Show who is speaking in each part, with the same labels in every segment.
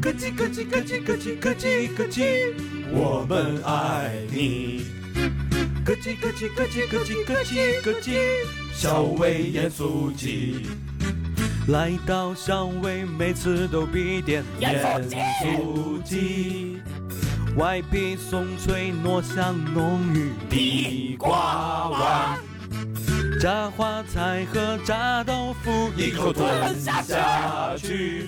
Speaker 1: 咯叽咯叽咯叽咯叽咯叽咯叽，
Speaker 2: 我们爱你，
Speaker 1: 咯叽咯叽咯叽咯叽咯叽咯叽。
Speaker 2: 小味盐酥鸡，
Speaker 1: 来到小薇，每次都必点
Speaker 2: 盐酥鸡，
Speaker 1: 外皮松脆，糯香浓郁。
Speaker 2: 地瓜丸，
Speaker 1: 炸花菜和炸豆腐，
Speaker 2: 一口吞下去。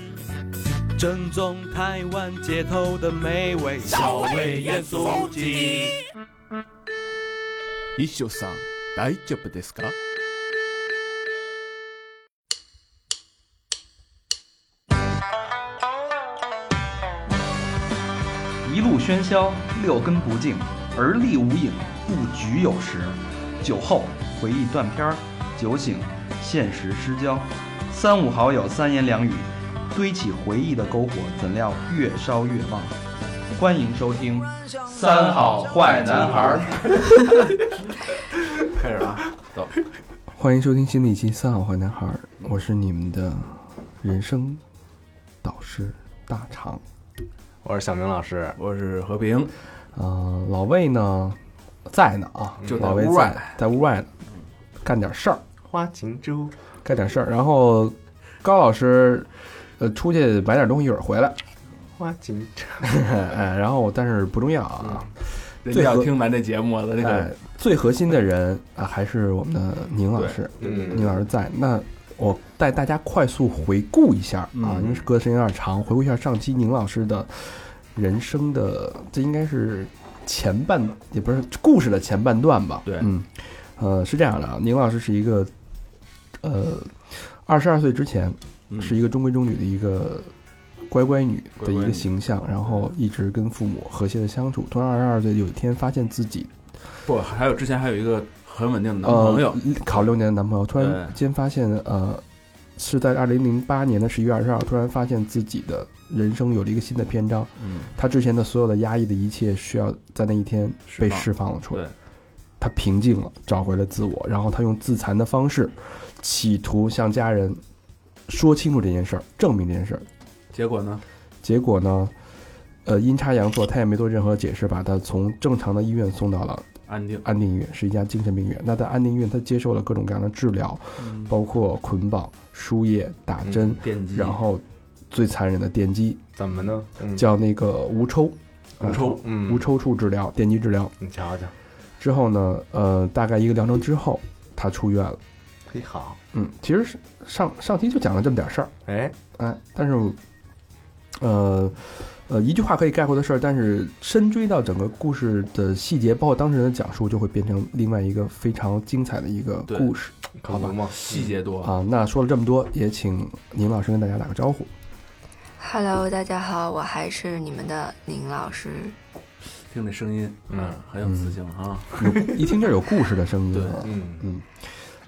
Speaker 1: 正宗台湾街头的美味。
Speaker 2: 小味盐酥鸡，
Speaker 3: 一休さん大丈夫ですか
Speaker 4: 一路喧嚣，六根不净，而立无影，布局有时。酒后回忆断片儿，酒醒现实失焦。三五好友三言两语，堆起回忆的篝火，怎料越烧越旺。欢迎收听《三好坏男孩》。
Speaker 3: 开始了，走。
Speaker 5: 欢迎收听新的一期《三好坏男孩》，我是你们的人生导师大肠。
Speaker 3: 我是小明老师，我是和 平，
Speaker 5: 呃，老魏呢在呢啊，
Speaker 3: 就在
Speaker 5: 老魏
Speaker 3: 屋外
Speaker 5: 在，在屋外呢，干点事儿，
Speaker 3: 花情猪，
Speaker 5: 干点事儿。然后高老师呃出去买点东西，一会儿回来。
Speaker 3: 花情猪。
Speaker 5: 哎，然后但是不重要啊。
Speaker 3: 嗯人
Speaker 5: 最
Speaker 3: 家
Speaker 5: 合
Speaker 3: 要听咱这节目了，那
Speaker 5: 哎
Speaker 3: 个，
Speaker 5: 最核心的人啊还是我们的宁老师，
Speaker 3: 嗯
Speaker 5: 宁老师在那。我带大家快速回顾一下啊，
Speaker 3: 嗯
Speaker 5: 因为隔的时间有点长，回顾一下上期宁老师的人生的，这应该是前半也不是故事的前半段吧？
Speaker 3: 对
Speaker 5: 嗯，呃，是这样的啊，宁老师是一个呃二十二岁之前是一个中规中矩的一个乖乖女的一
Speaker 3: 嗯乖乖
Speaker 5: 个
Speaker 3: 女
Speaker 5: 形象，然后一直跟父母和谐的相处。突然二十二岁有一天发现自己
Speaker 3: 不，还有之前还有一个很稳定的男
Speaker 5: 呃
Speaker 3: 朋友，
Speaker 5: 考六年的男朋友，突然
Speaker 3: 对
Speaker 5: 间发现呃是在二零零八年的十一月二十二，突然发现自己的人生有了一个新的篇章。
Speaker 3: 嗯，
Speaker 5: 他之前的所有的压抑的一切，需要在那一天被释放了出来
Speaker 3: 对。，
Speaker 5: 他平静了，找回了自我，然后他用自残的方式，企图向家人说清楚这件事儿，证明这件事儿。
Speaker 3: 结果呢？
Speaker 5: 结果呢，呃，阴差阳错，他也没做任何解释，把他从正常的医院送到了
Speaker 3: 安定，
Speaker 5: 安定医院，是一家精神病院。那在安定医院，他接受了各种各样的治疗，
Speaker 3: 嗯
Speaker 5: 包括捆绑、输液、打针，
Speaker 3: 电击，
Speaker 5: 然后最残忍的电击，
Speaker 6: 怎么呢？嗯，
Speaker 5: 叫那个无抽，
Speaker 3: 无抽，
Speaker 6: 嗯，
Speaker 5: 无，抽搐治疗，电击治疗。
Speaker 6: 你瞧瞧，
Speaker 5: 之后呢，呃，大概一个疗程之后，他出院了。
Speaker 6: 忒好，
Speaker 5: 嗯，其实是上上期就讲了这么点事儿，
Speaker 6: 哎，
Speaker 5: 哎，但是，呃，呃，一句话可以概括的事儿，但是深追到整个故事的细节，包括当事人的讲述，就会变成另外一个非常精彩的一个
Speaker 3: 对
Speaker 5: 故事
Speaker 6: 可不嘛，
Speaker 3: 细节多，
Speaker 5: 啊。那说了这么多，也请宁老师跟大家打个招呼。
Speaker 7: Hello，大家好，我还是你们的宁老师。
Speaker 3: 听那声音，嗯，很有磁性啊。
Speaker 5: 有一听这有故事的声音啊。
Speaker 6: 嗯，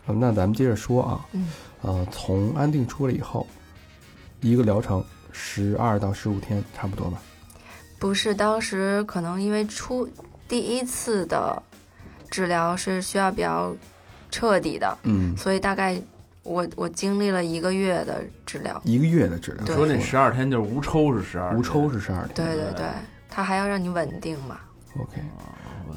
Speaker 5: 啊那咱们接着说啊，
Speaker 7: 嗯
Speaker 5: 呃，从安定出来以后，一个疗程十二到十五天差不多吧。
Speaker 7: 不是，当时可能因为出第一次的治疗是需要比较彻底的，
Speaker 5: 嗯，
Speaker 7: 所以大概我我经历了一个月的治疗。
Speaker 5: 一个月的治疗。
Speaker 7: 对
Speaker 3: 说那十二天就是无抽是十二，
Speaker 5: 无抽是十二天。
Speaker 7: 对对对，它还要让你稳定嘛。
Speaker 5: OK，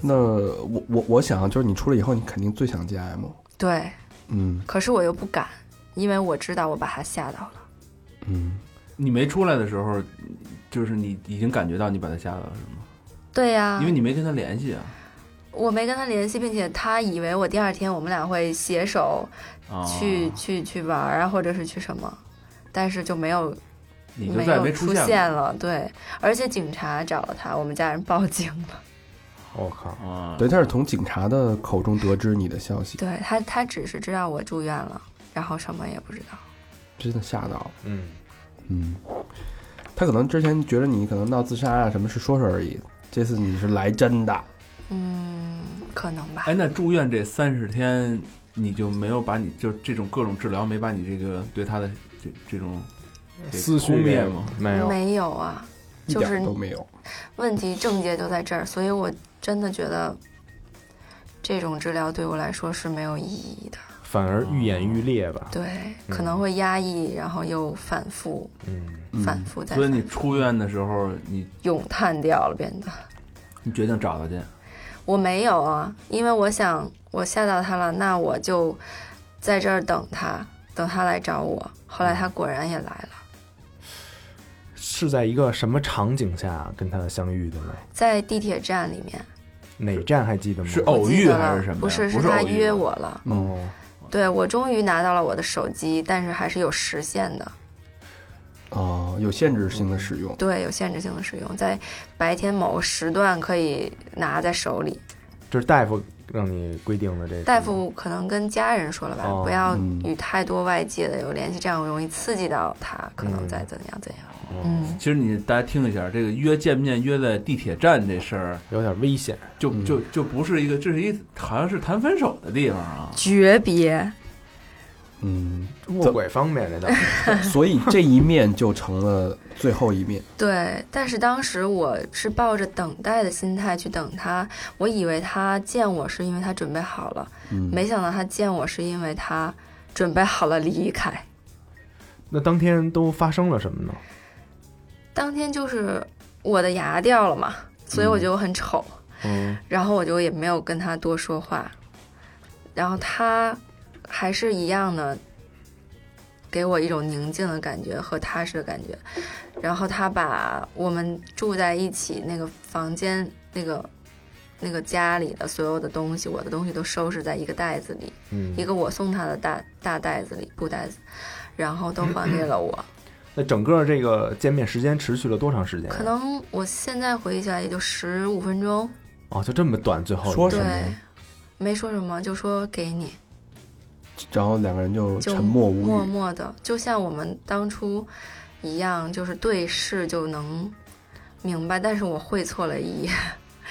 Speaker 5: 那我我我想啊就是你出来以后，你肯定最想见 M。
Speaker 7: 对，
Speaker 5: 嗯
Speaker 7: 可是我又不敢，因为我知道我把他吓到了。
Speaker 5: 嗯，
Speaker 3: 你没出来的时候，就是你已经感觉到你把他吓到了，是吗？
Speaker 7: 对呀、
Speaker 3: 因为你没跟他联系啊。
Speaker 7: 我没跟他联系，并且他以为我第二天我们俩会携手
Speaker 3: 啊，
Speaker 7: 去、去去玩儿啊，或者是去什么，但是就没有
Speaker 3: 你就
Speaker 7: 没
Speaker 3: 再也
Speaker 7: 有
Speaker 3: 没
Speaker 7: 出
Speaker 3: 现
Speaker 7: 现了。对，而且警察找了他，我们家人报警了。
Speaker 6: 我靠，
Speaker 3: 啊，
Speaker 5: 对，他是从警察的口中得知你的消息，
Speaker 7: 对他，他只是知道我住院了，然后什么也不知道。
Speaker 5: 真的吓到了。
Speaker 6: 嗯，
Speaker 5: 嗯，他可能之前觉得你可能闹自杀啊什么，是说说而已。这次你是来真的，
Speaker 7: 嗯，可能吧
Speaker 3: 哎，。那住院这三十天，你就没有把你就这种各种治疗，没把你这个对他的这这种这
Speaker 6: 思绪
Speaker 3: 扑灭吗？
Speaker 6: 没有，
Speaker 7: 没有啊，
Speaker 5: 一
Speaker 7: 就是
Speaker 5: 点儿都没有。
Speaker 7: 问题症结就在这儿，所以我真的觉得这种治疗对我来说是没有意义的。
Speaker 6: 反而愈演愈烈吧。
Speaker 7: 对，可能会压抑，然后又反复、
Speaker 6: 嗯，
Speaker 7: 反复再
Speaker 3: 所以
Speaker 7: 反
Speaker 3: 你出院的时候，你
Speaker 7: 咏叹掉了，变得
Speaker 3: 你决定找他去，
Speaker 7: 我没有啊，因为我想我吓到他了，那我就在这儿等他，等他来找我。后来他果然也来了，
Speaker 6: 是在一个什么场景下跟他相遇的呢？
Speaker 7: 在地铁站里面，
Speaker 6: 哪站还记得吗？
Speaker 3: 是
Speaker 5: 哦
Speaker 7: 我
Speaker 3: 偶
Speaker 7: 记
Speaker 3: 遇
Speaker 7: 得
Speaker 3: 还
Speaker 7: 了
Speaker 3: 是什么呀？
Speaker 7: 不是，
Speaker 3: 不
Speaker 7: 他
Speaker 3: 偶遇
Speaker 7: 约
Speaker 3: 吧，
Speaker 7: 我了。
Speaker 6: 哦，
Speaker 7: 对我终于拿到了我的手机，但是还是有时限的。
Speaker 5: 哦、有限制性的使用。
Speaker 7: 对，有限制性的使用，在白天某个时段可以拿在手里。
Speaker 6: 这是大夫让你规定的这个。
Speaker 7: 大夫可能跟家人说了吧，
Speaker 6: 哦
Speaker 7: 不要
Speaker 5: 嗯
Speaker 7: 与太多外界的有联系，这样容易刺激到他，可能再怎样怎样。
Speaker 3: 哦
Speaker 6: 哦
Speaker 7: 嗯，
Speaker 3: 其实你大家听一下，这个约见面约在地铁站这事儿，
Speaker 6: 有点危险，
Speaker 3: 就
Speaker 5: 嗯
Speaker 3: 就就不是一个，这是一好像是谈分手的地方啊。
Speaker 7: 诀别。
Speaker 5: 嗯，
Speaker 6: 卧轨方面 这倒是。
Speaker 5: 所以这一面就成了最后一面。
Speaker 7: 对，但是当时我是抱着等待的心态去等他，我以为他见我是因为他准备好了，
Speaker 5: 嗯，
Speaker 7: 没想到他见我是因为他准备好了离开。
Speaker 6: 那当天都发生了什么呢？
Speaker 7: 当天就是我的牙掉了嘛，所以我觉得我很丑，
Speaker 6: 嗯，
Speaker 7: 然后我就也没有跟他多说话，然后他还是一样的，给我一种宁静的感觉和踏实的感觉，然后他把我们住在一起那个房间那个。那个家里的所有的东西，我的东西都收拾在一个袋子里，
Speaker 6: 嗯
Speaker 7: 一个我送他的大大袋子里，布袋子，然后都还给了我。
Speaker 6: 那整个这个见面时间持续了多长时间？啊
Speaker 7: 可能我现在回忆起来也就十五分钟，
Speaker 6: 哦，就这么短，最后
Speaker 5: 说什么
Speaker 7: 对
Speaker 5: 呀，
Speaker 7: 没说什么，就说给你，
Speaker 5: 然后两个人就
Speaker 7: 就
Speaker 5: 沉默无语。
Speaker 7: 默默的，就像我们当初一样，就是对视就能明白。但是我会错了意，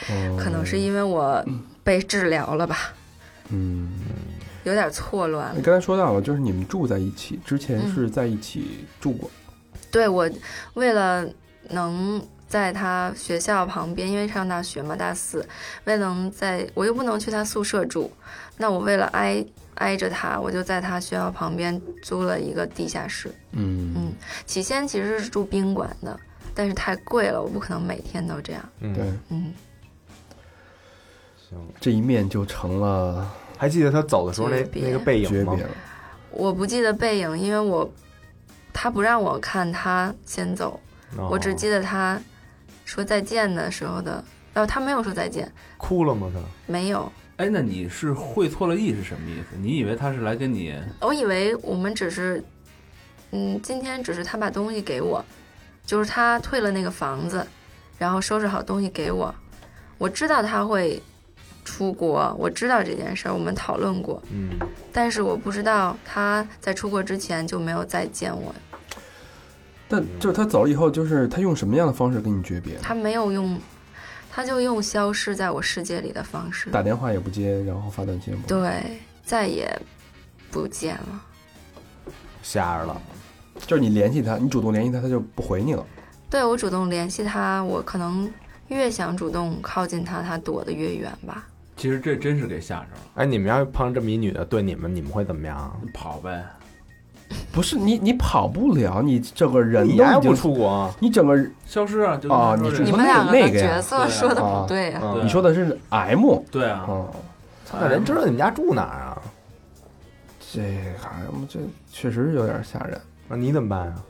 Speaker 5: 哦
Speaker 7: 可能是因为我被治疗了吧，
Speaker 5: 嗯，
Speaker 7: 有点错乱
Speaker 5: 你
Speaker 7: 了。
Speaker 5: 刚才说到了，就是你们住在一起之前
Speaker 7: 嗯
Speaker 5: 是在一起住过。
Speaker 7: 对我为了能。在他学校旁边，因为上大学嘛，大四，为了能在我又不能去他宿舍住，那我为了挨挨着他，我就在他学校旁边租了一个地下室。
Speaker 5: 嗯
Speaker 7: 嗯起先其实是住宾馆的，但是太贵了，我不可能每天都这样。
Speaker 6: 嗯
Speaker 5: 对，
Speaker 7: 嗯，
Speaker 6: 行。
Speaker 5: 这一面就成了
Speaker 6: 还记得他走的时候那
Speaker 7: 诀别
Speaker 6: 那个背
Speaker 5: 诀
Speaker 6: 影吗
Speaker 5: 别？了。
Speaker 7: 我不记得背影，因为我他不让我看他先走，
Speaker 6: 哦
Speaker 7: 我只记得他说再见的时候的，哦，他没有说再见，
Speaker 6: 哭了吗？他
Speaker 7: 没有，
Speaker 3: 哎，那你是会错了意是什么意思？你以为他是来跟你
Speaker 7: 我以为我们只是，嗯，今天只是他把东西给我，就是他退了那个房子，然后收拾好东西给我。我知道他会出国，我知道这件事儿，我们讨论过，
Speaker 6: 嗯，
Speaker 7: 但是我不知道他在出国之前就没有再见我，
Speaker 5: 但就是他走了以后，就是他用什么样的方式跟你诀别？
Speaker 7: 他没有用，他就用消失在我世界里的方式，
Speaker 5: 打电话也不接，然后发短信也不。
Speaker 7: 对，再也不见了。
Speaker 6: 瞎了。
Speaker 5: 就是你联系他，你主动联系他，他就不回你了。
Speaker 7: 对我主动联系他，我可能越想主动靠近他，他躲得越远吧。
Speaker 3: 其实这真是给吓着了，
Speaker 6: 哎，你们要碰上这么一女的，对你们你们会怎么样啊？
Speaker 3: 跑呗。
Speaker 5: 不是你，你跑不了，你整个人
Speaker 6: 你
Speaker 5: 都
Speaker 6: 还
Speaker 5: 已
Speaker 6: 不
Speaker 5: 经，
Speaker 6: 出国啊？
Speaker 5: 你整个人
Speaker 3: 消失啊！就
Speaker 5: 哦
Speaker 3: 跟他说
Speaker 5: 你
Speaker 3: 这
Speaker 7: 你
Speaker 3: 个
Speaker 5: 说
Speaker 7: 们两个
Speaker 5: 那
Speaker 7: 的
Speaker 5: 个呀
Speaker 7: 角色
Speaker 3: 对啊
Speaker 7: 说的
Speaker 5: 啊
Speaker 7: 不对呀、
Speaker 3: 对
Speaker 6: 嗯
Speaker 5: 你说的是 M
Speaker 3: 对啊，哎
Speaker 5: 啊，
Speaker 6: 那人知道你们家住哪儿啊？
Speaker 5: 这个 M 这确实有点吓人。
Speaker 6: 那你怎么办啊？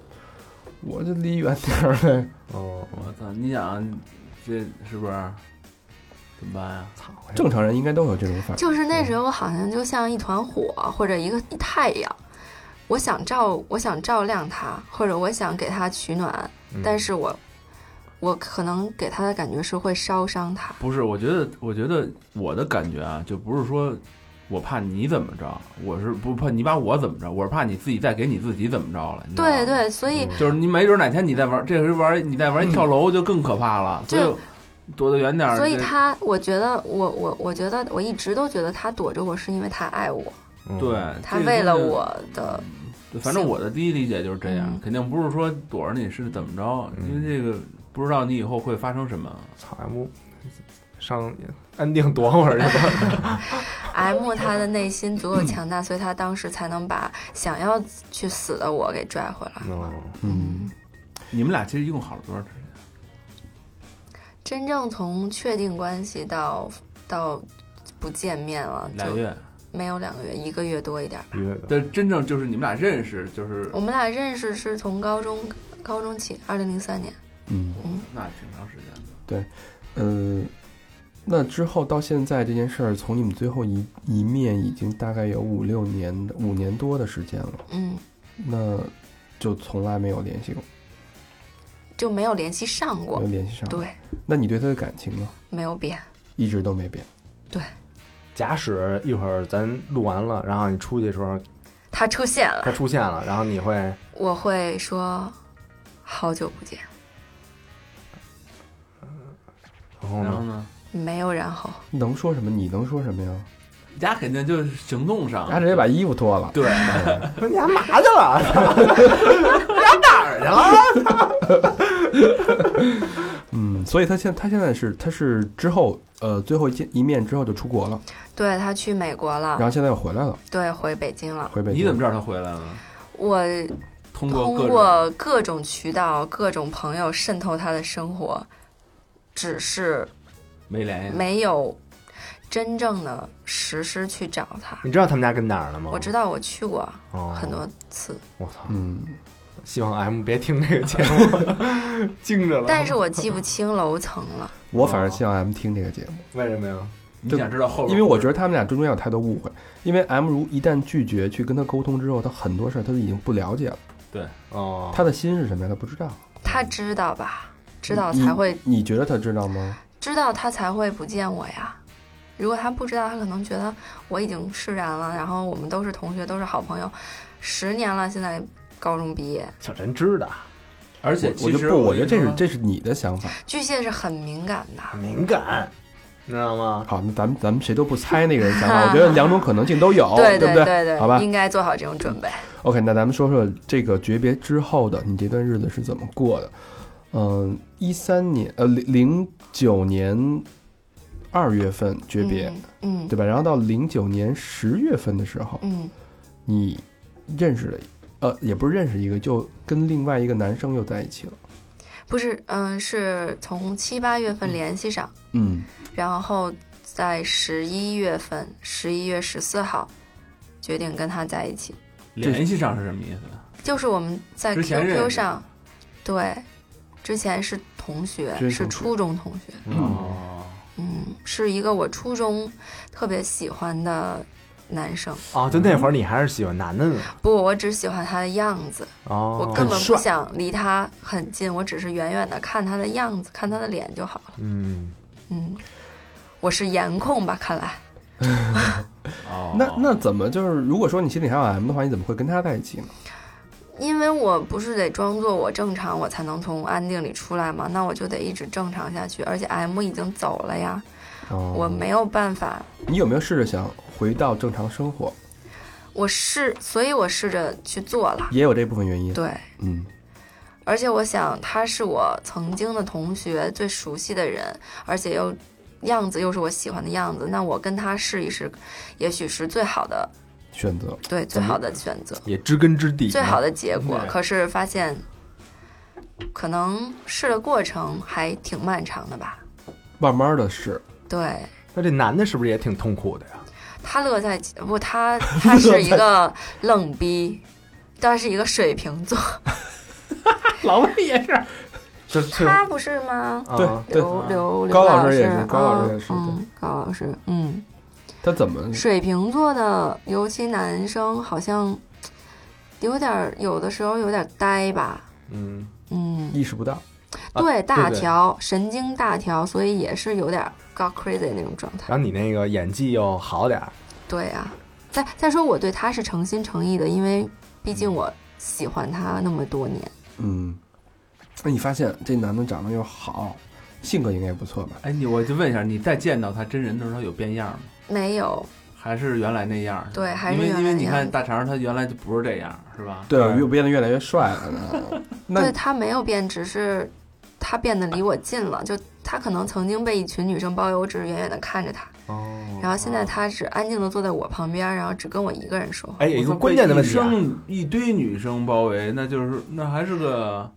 Speaker 5: 我就离远点儿呗。
Speaker 6: 哦，
Speaker 3: 我操！你想这是不是怎么办啊呀？
Speaker 6: 操！
Speaker 5: 正常人应该都有这种反应。
Speaker 7: 就是那时候，我好像就像一团火，或者一个一太阳。我想照，我想照亮他，或者我想给他取暖，
Speaker 6: 嗯
Speaker 7: 但是我，我可能给他的感觉是会烧伤他。
Speaker 3: 不是，我觉得，我觉得我的感觉啊，就不是说我怕你怎么着，我是不怕你把我怎么着，我是怕你自己再给你自己怎么着了。你知道吗
Speaker 7: 对，对，所以
Speaker 6: 嗯
Speaker 3: 就是你没准哪天你再玩，这回玩你再玩一跳楼就更可怕了，
Speaker 7: 就
Speaker 3: 所以躲得远点儿。
Speaker 7: 所以
Speaker 3: 这
Speaker 7: 他，我觉得我我我觉得我一直都觉得他躲着我是因为他爱我，
Speaker 6: 嗯
Speaker 3: 对，
Speaker 7: 他
Speaker 3: 这个
Speaker 7: 为了
Speaker 3: 东西
Speaker 7: 我的，
Speaker 3: 对，反正我的第一理解就是这样，
Speaker 7: 嗯
Speaker 3: 肯定不是说躲着你是怎么着，
Speaker 6: 嗯
Speaker 3: 因为这个不知道你以后会发生什么。
Speaker 6: 操 M，上安定躲会儿 去吧。
Speaker 7: M 他的内心足够
Speaker 3: 嗯
Speaker 7: 强大，所以他当时才能把想要去死的我给拽回来。
Speaker 6: 嗯
Speaker 5: 嗯，
Speaker 3: 你们俩其实一共好了多少次？
Speaker 7: 真正从确定关系到到不见面了，
Speaker 3: 俩
Speaker 7: 就
Speaker 3: 月。
Speaker 7: 没有两个月，一个月多一点。
Speaker 6: 一个月的
Speaker 3: 但真正就是你们俩认识，就是
Speaker 5: 哦
Speaker 7: 我们俩认识是从高中高中起，二零零三年。
Speaker 5: 嗯，
Speaker 3: 那挺长时间的。
Speaker 5: 呃，那之后到现在这件事儿，从你们最后一一面已经大概有五六年的五年多的时间了，
Speaker 7: 嗯，
Speaker 5: 那就从来没有联系过，
Speaker 7: 就没有联系上过
Speaker 3: 嗯
Speaker 5: 没有。联系上。
Speaker 7: 对，
Speaker 5: 那你对他的感情呢？
Speaker 7: 没有变。
Speaker 5: 一直都没变。
Speaker 6: 假使一会儿咱录完了，然后你出去的时候
Speaker 7: 他出现
Speaker 6: 他
Speaker 7: 了，
Speaker 6: 出现了，然后你会
Speaker 7: 我会说好久不见，
Speaker 6: 然
Speaker 5: 哦
Speaker 6: 后
Speaker 3: 然后
Speaker 6: 呢？
Speaker 3: 呢，
Speaker 7: 没有然后。
Speaker 5: 能说什么？你能说什么呀？
Speaker 3: 家肯定就是行动上，
Speaker 5: 他直接把衣服脱了。
Speaker 3: 啊
Speaker 5: 嗯
Speaker 3: 对，
Speaker 6: 说你干嘛去了？ 你哪儿去了？
Speaker 5: 嗯，所以他现他现在是他是之后呃最后一见一面之后就出国了，
Speaker 7: 对他去美国
Speaker 5: 然
Speaker 7: 了，
Speaker 5: 后现在又回来了，
Speaker 7: 对，回北京了。
Speaker 5: 回北京。
Speaker 3: 你怎么知道他回来了？
Speaker 7: 我
Speaker 3: 通过各
Speaker 7: 通
Speaker 3: 种
Speaker 7: 过各种渠道、各种朋友渗透他的生活，只是
Speaker 3: 没联系，
Speaker 7: 没有真正的实施去找他。
Speaker 6: 你知道他们家跟哪儿了吗？
Speaker 7: 我知道我去过
Speaker 6: 哦
Speaker 7: 很多次，
Speaker 6: 我操！
Speaker 5: 嗯，
Speaker 6: 希望 M 别听这个节目， 惊
Speaker 3: 哦
Speaker 6: 着了。
Speaker 7: 但是我记不清楼层了。
Speaker 5: 我反正希望 M 听这个节目。
Speaker 6: 为什么呀？
Speaker 3: 你想知道后边，
Speaker 5: 因为我觉得他们俩中间有太多误会，因为 M 如一旦拒绝去跟他沟通之后，他很多事儿他都已经不了解了，
Speaker 6: 哦，
Speaker 5: 他的心是什么呀？他不知道，
Speaker 7: 他知道吧？知道
Speaker 3: 嗯
Speaker 7: 才会
Speaker 5: 你。你觉得他知道吗？
Speaker 7: 知道他才会不见我呀。如果他不知道，他可能觉得我已经释然了，然后我们都是同学，都是好朋友，十年了，现在高中毕业。
Speaker 6: 小陈知道，
Speaker 3: 而
Speaker 5: 我
Speaker 3: 且
Speaker 5: 我
Speaker 3: 其
Speaker 5: 就
Speaker 3: 实
Speaker 5: 不，我觉得这
Speaker 3: 跟你
Speaker 5: 是
Speaker 3: 说
Speaker 5: 这是你的想法。
Speaker 7: 巨蟹是很敏感的，
Speaker 6: 很敏感，你知道吗？
Speaker 5: 好，那咱们咱们谁都不猜那个人想法，我 觉得两种可能性都有，
Speaker 7: 对
Speaker 5: 不
Speaker 7: 对
Speaker 5: 对
Speaker 7: 对，
Speaker 5: 好吧
Speaker 7: 应该做好这种准备。
Speaker 5: ？OK，那咱们说说这个诀别之后的你这段日子是怎么过的？嗯，一三年呃零零九年二月份诀别，
Speaker 7: 嗯，嗯
Speaker 5: 对吧？然后到零九年十月份的时候，
Speaker 7: 嗯，
Speaker 5: 你认识了，呃，也不是认识一个，就跟另外一个男生又在一起了。
Speaker 7: 不是，嗯、是从七八月份联系上，
Speaker 5: 嗯，
Speaker 7: 然后在十一月份，十一月十四号决定跟他在一起，
Speaker 3: 联系上是什么意思？
Speaker 7: 就是我们在
Speaker 3: 之前认
Speaker 7: QQ
Speaker 3: 识
Speaker 7: 上，对，之前是同学，
Speaker 5: 之前
Speaker 7: 是
Speaker 5: 同学
Speaker 7: 初中同学，
Speaker 3: 哦，
Speaker 7: 嗯，是一个我初中特别喜欢的男生，
Speaker 6: 哦，就那会儿你还是喜欢男的呢。
Speaker 7: 不，我只喜欢他的样子，
Speaker 6: 哦，
Speaker 7: 我根本不想离他很近，我只是远远的看他的样子，看他的脸就好了。
Speaker 6: 嗯，
Speaker 7: 嗯，我是颜控吧？看来
Speaker 3: 哦
Speaker 5: 那那怎么就是，如果说你心里还有 M 的话，你怎么会跟他在一起呢？
Speaker 7: 因为我不是得装作我正常，我才能从安定里出来嘛，那我就得一直正常下去。而且 M 已经走了呀，
Speaker 5: 哦，
Speaker 7: 我没有办法。
Speaker 5: 你有没有试着想回到正常生活？
Speaker 7: 我试，所以我试着去做了。
Speaker 5: 也有这部分原因。
Speaker 7: 对，
Speaker 5: 嗯
Speaker 7: 而且我想他是我曾经的同学，最熟悉的人，而且又样子又是我喜欢的样子，那我跟他试一试，也许是最好的，
Speaker 5: 选择。
Speaker 7: 对，最好的选择。
Speaker 6: 也知根知底。
Speaker 7: 最好的结果，
Speaker 3: 对
Speaker 7: 可是发现，可能试的过程还挺漫长的吧。
Speaker 5: 慢慢的试，
Speaker 7: 对
Speaker 6: 那这男的是不是也挺痛苦 的呀？
Speaker 7: 他乐在其不， 他他是一个愣逼，他是一个水瓶座，
Speaker 6: 老魏也是，这这
Speaker 7: 他不是吗？
Speaker 6: 啊，
Speaker 5: 对
Speaker 7: 刘刘
Speaker 5: 高
Speaker 7: 刘
Speaker 5: 老
Speaker 7: 老
Speaker 5: 师也是
Speaker 7: 嗯
Speaker 5: 高老师也是
Speaker 7: 嗯，高老师，嗯，
Speaker 5: 他怎么
Speaker 7: 水瓶座的，尤其男生好像有点儿，有的时候有点儿呆吧，
Speaker 6: 嗯，
Speaker 7: 嗯，
Speaker 5: 意识不到？
Speaker 6: 啊
Speaker 7: 对，大
Speaker 6: 对对
Speaker 7: 条，神经大条，所以也是有点儿 got crazy 那种状态。
Speaker 3: 啊
Speaker 6: 然后你那个演技又好点儿，
Speaker 7: 对啊，再再说我对他是诚心诚意的，因为毕
Speaker 3: 嗯
Speaker 7: 竟我喜欢他那么多年。
Speaker 5: 嗯，那你发现这男的长得又好，性格应该也不错吧？
Speaker 3: 哎，你我就问一下，你再见到他真人的时候，他有变样吗？
Speaker 7: 没有，
Speaker 3: 还是原来那样儿？
Speaker 7: 对还是
Speaker 3: 因为
Speaker 7: 原来
Speaker 3: 因为你
Speaker 7: 那
Speaker 3: 看
Speaker 7: 样
Speaker 3: 大肠他原来就不是
Speaker 5: 啊
Speaker 3: 这样，是吧？
Speaker 5: 对，越变得越来越帅了呢。那
Speaker 7: 对他没有变，只是他变得离我近了，就他可能曾经被一群女生包围，我只是远远的看着他，
Speaker 6: 哦
Speaker 7: 然后现在他只安静的坐在我旁边，然后只跟我一个人说话，
Speaker 6: 哎，有一个关键的问题、
Speaker 3: 一
Speaker 6: 啊，
Speaker 3: 生一堆女生包围，那就是那还是个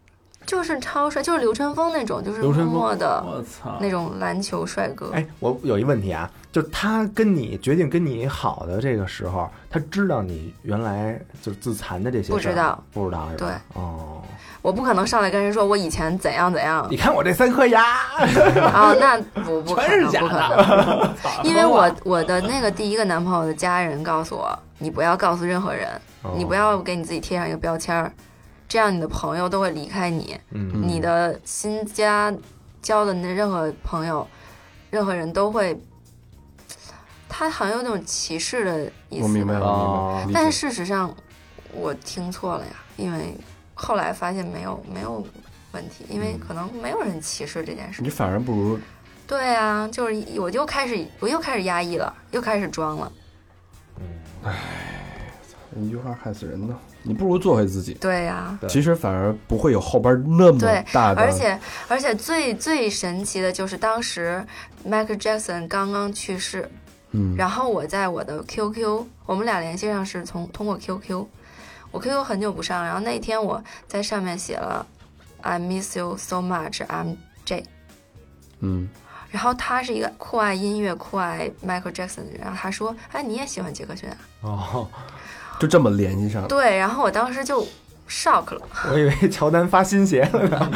Speaker 7: 就是超帅，就是刘春风那种，就是
Speaker 6: 刘
Speaker 7: 默
Speaker 6: 春风
Speaker 7: 默的
Speaker 3: 我操
Speaker 7: 啊那种篮球帅哥。
Speaker 6: 哎，我有一问题啊，就他跟你决定跟你好的这个时候，他知道你原来就是自残的这些事儿
Speaker 7: 不知道，
Speaker 6: 不知道是吧？哦，
Speaker 7: 我不可能上来跟人说我以前怎样怎样
Speaker 6: 你看我这三颗牙，
Speaker 7: 啊，那不不可
Speaker 6: 全是
Speaker 7: 能，
Speaker 6: 假
Speaker 7: 不可能，因为我我的那个第一个男朋友的家人告诉我，你不要告诉任何人，
Speaker 6: 哦
Speaker 7: 你不要给你自己贴上一个标签儿，这样你的朋友都会离开你，
Speaker 6: 嗯，
Speaker 7: 你的新家交的那任何朋友，任何人都会，他好像有那种歧视的意思。
Speaker 5: 我明白了，
Speaker 6: 哦
Speaker 5: 我明白了。理解
Speaker 7: 但是事实上，我听错了呀，因为后来发现没有没有问
Speaker 5: 嗯
Speaker 7: 题，因为可能没有人歧视这件事
Speaker 5: 你。反而不如
Speaker 7: 对啊，就是我就开始我又开始压抑了，又开始装了。
Speaker 6: 嗯
Speaker 5: 一句话害死人呢，你不如做回自己。
Speaker 7: 对呀、
Speaker 6: 对
Speaker 5: 其实反而不会有后边那么
Speaker 7: 对
Speaker 5: 大的，
Speaker 7: 而且而且最最神奇的就是当时 Michael Jackson 刚刚去世，
Speaker 5: 嗯，
Speaker 7: 然后我在我的 QQ，我们俩联系上是从通过 QQ，我 QQ 很久不上，然后那天我在上面写了 I miss you so much I'm J，
Speaker 5: 嗯，
Speaker 7: 然后他是一个酷爱音乐、酷爱 Michael Jackson 的人，然后他说，哎，你也喜欢杰克逊啊？
Speaker 6: 哦，
Speaker 5: 就这么联系上了。
Speaker 7: 对，然后我当时就 shock 了，
Speaker 6: 我以为乔丹发新鞋了呢。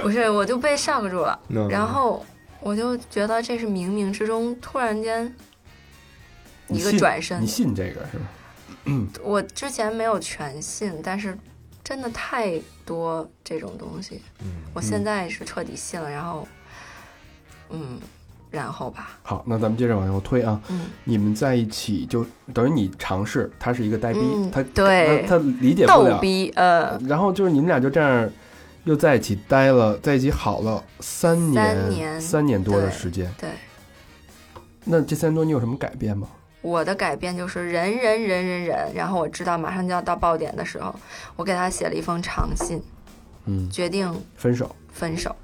Speaker 7: 不是，我就被 shock 住了，
Speaker 6: 嗯
Speaker 7: 然后我就觉得这是冥冥之中突然间
Speaker 5: 你
Speaker 7: 一个
Speaker 5: 信
Speaker 7: 转身
Speaker 5: 你，信这个是吧？
Speaker 7: 我之前没有全信，但是真的太多这种东西，
Speaker 6: 嗯
Speaker 7: 我现在是彻底信了。然后，嗯，然后吧，
Speaker 5: 好，那咱们接着往后推啊，
Speaker 7: 嗯，
Speaker 5: 你们在一起就等于你尝试，他是一个呆逼，
Speaker 7: 嗯
Speaker 5: 他
Speaker 7: 对
Speaker 5: 他他理解不
Speaker 7: 逗
Speaker 5: 了，
Speaker 7: 逼，呃，
Speaker 5: 然后就是你们俩就这样又在一起待了，在一起好了三年，
Speaker 7: 三年
Speaker 5: 三年多的
Speaker 7: 对
Speaker 5: 时间。
Speaker 7: 对，
Speaker 5: 那这三年多你有什么改变吗？
Speaker 7: 我的改变就是忍忍忍忍忍，然后我知道马上就要到爆点的时候，我给他写了一封长信，
Speaker 5: 嗯，
Speaker 7: 决定
Speaker 5: 分手，
Speaker 7: 分手。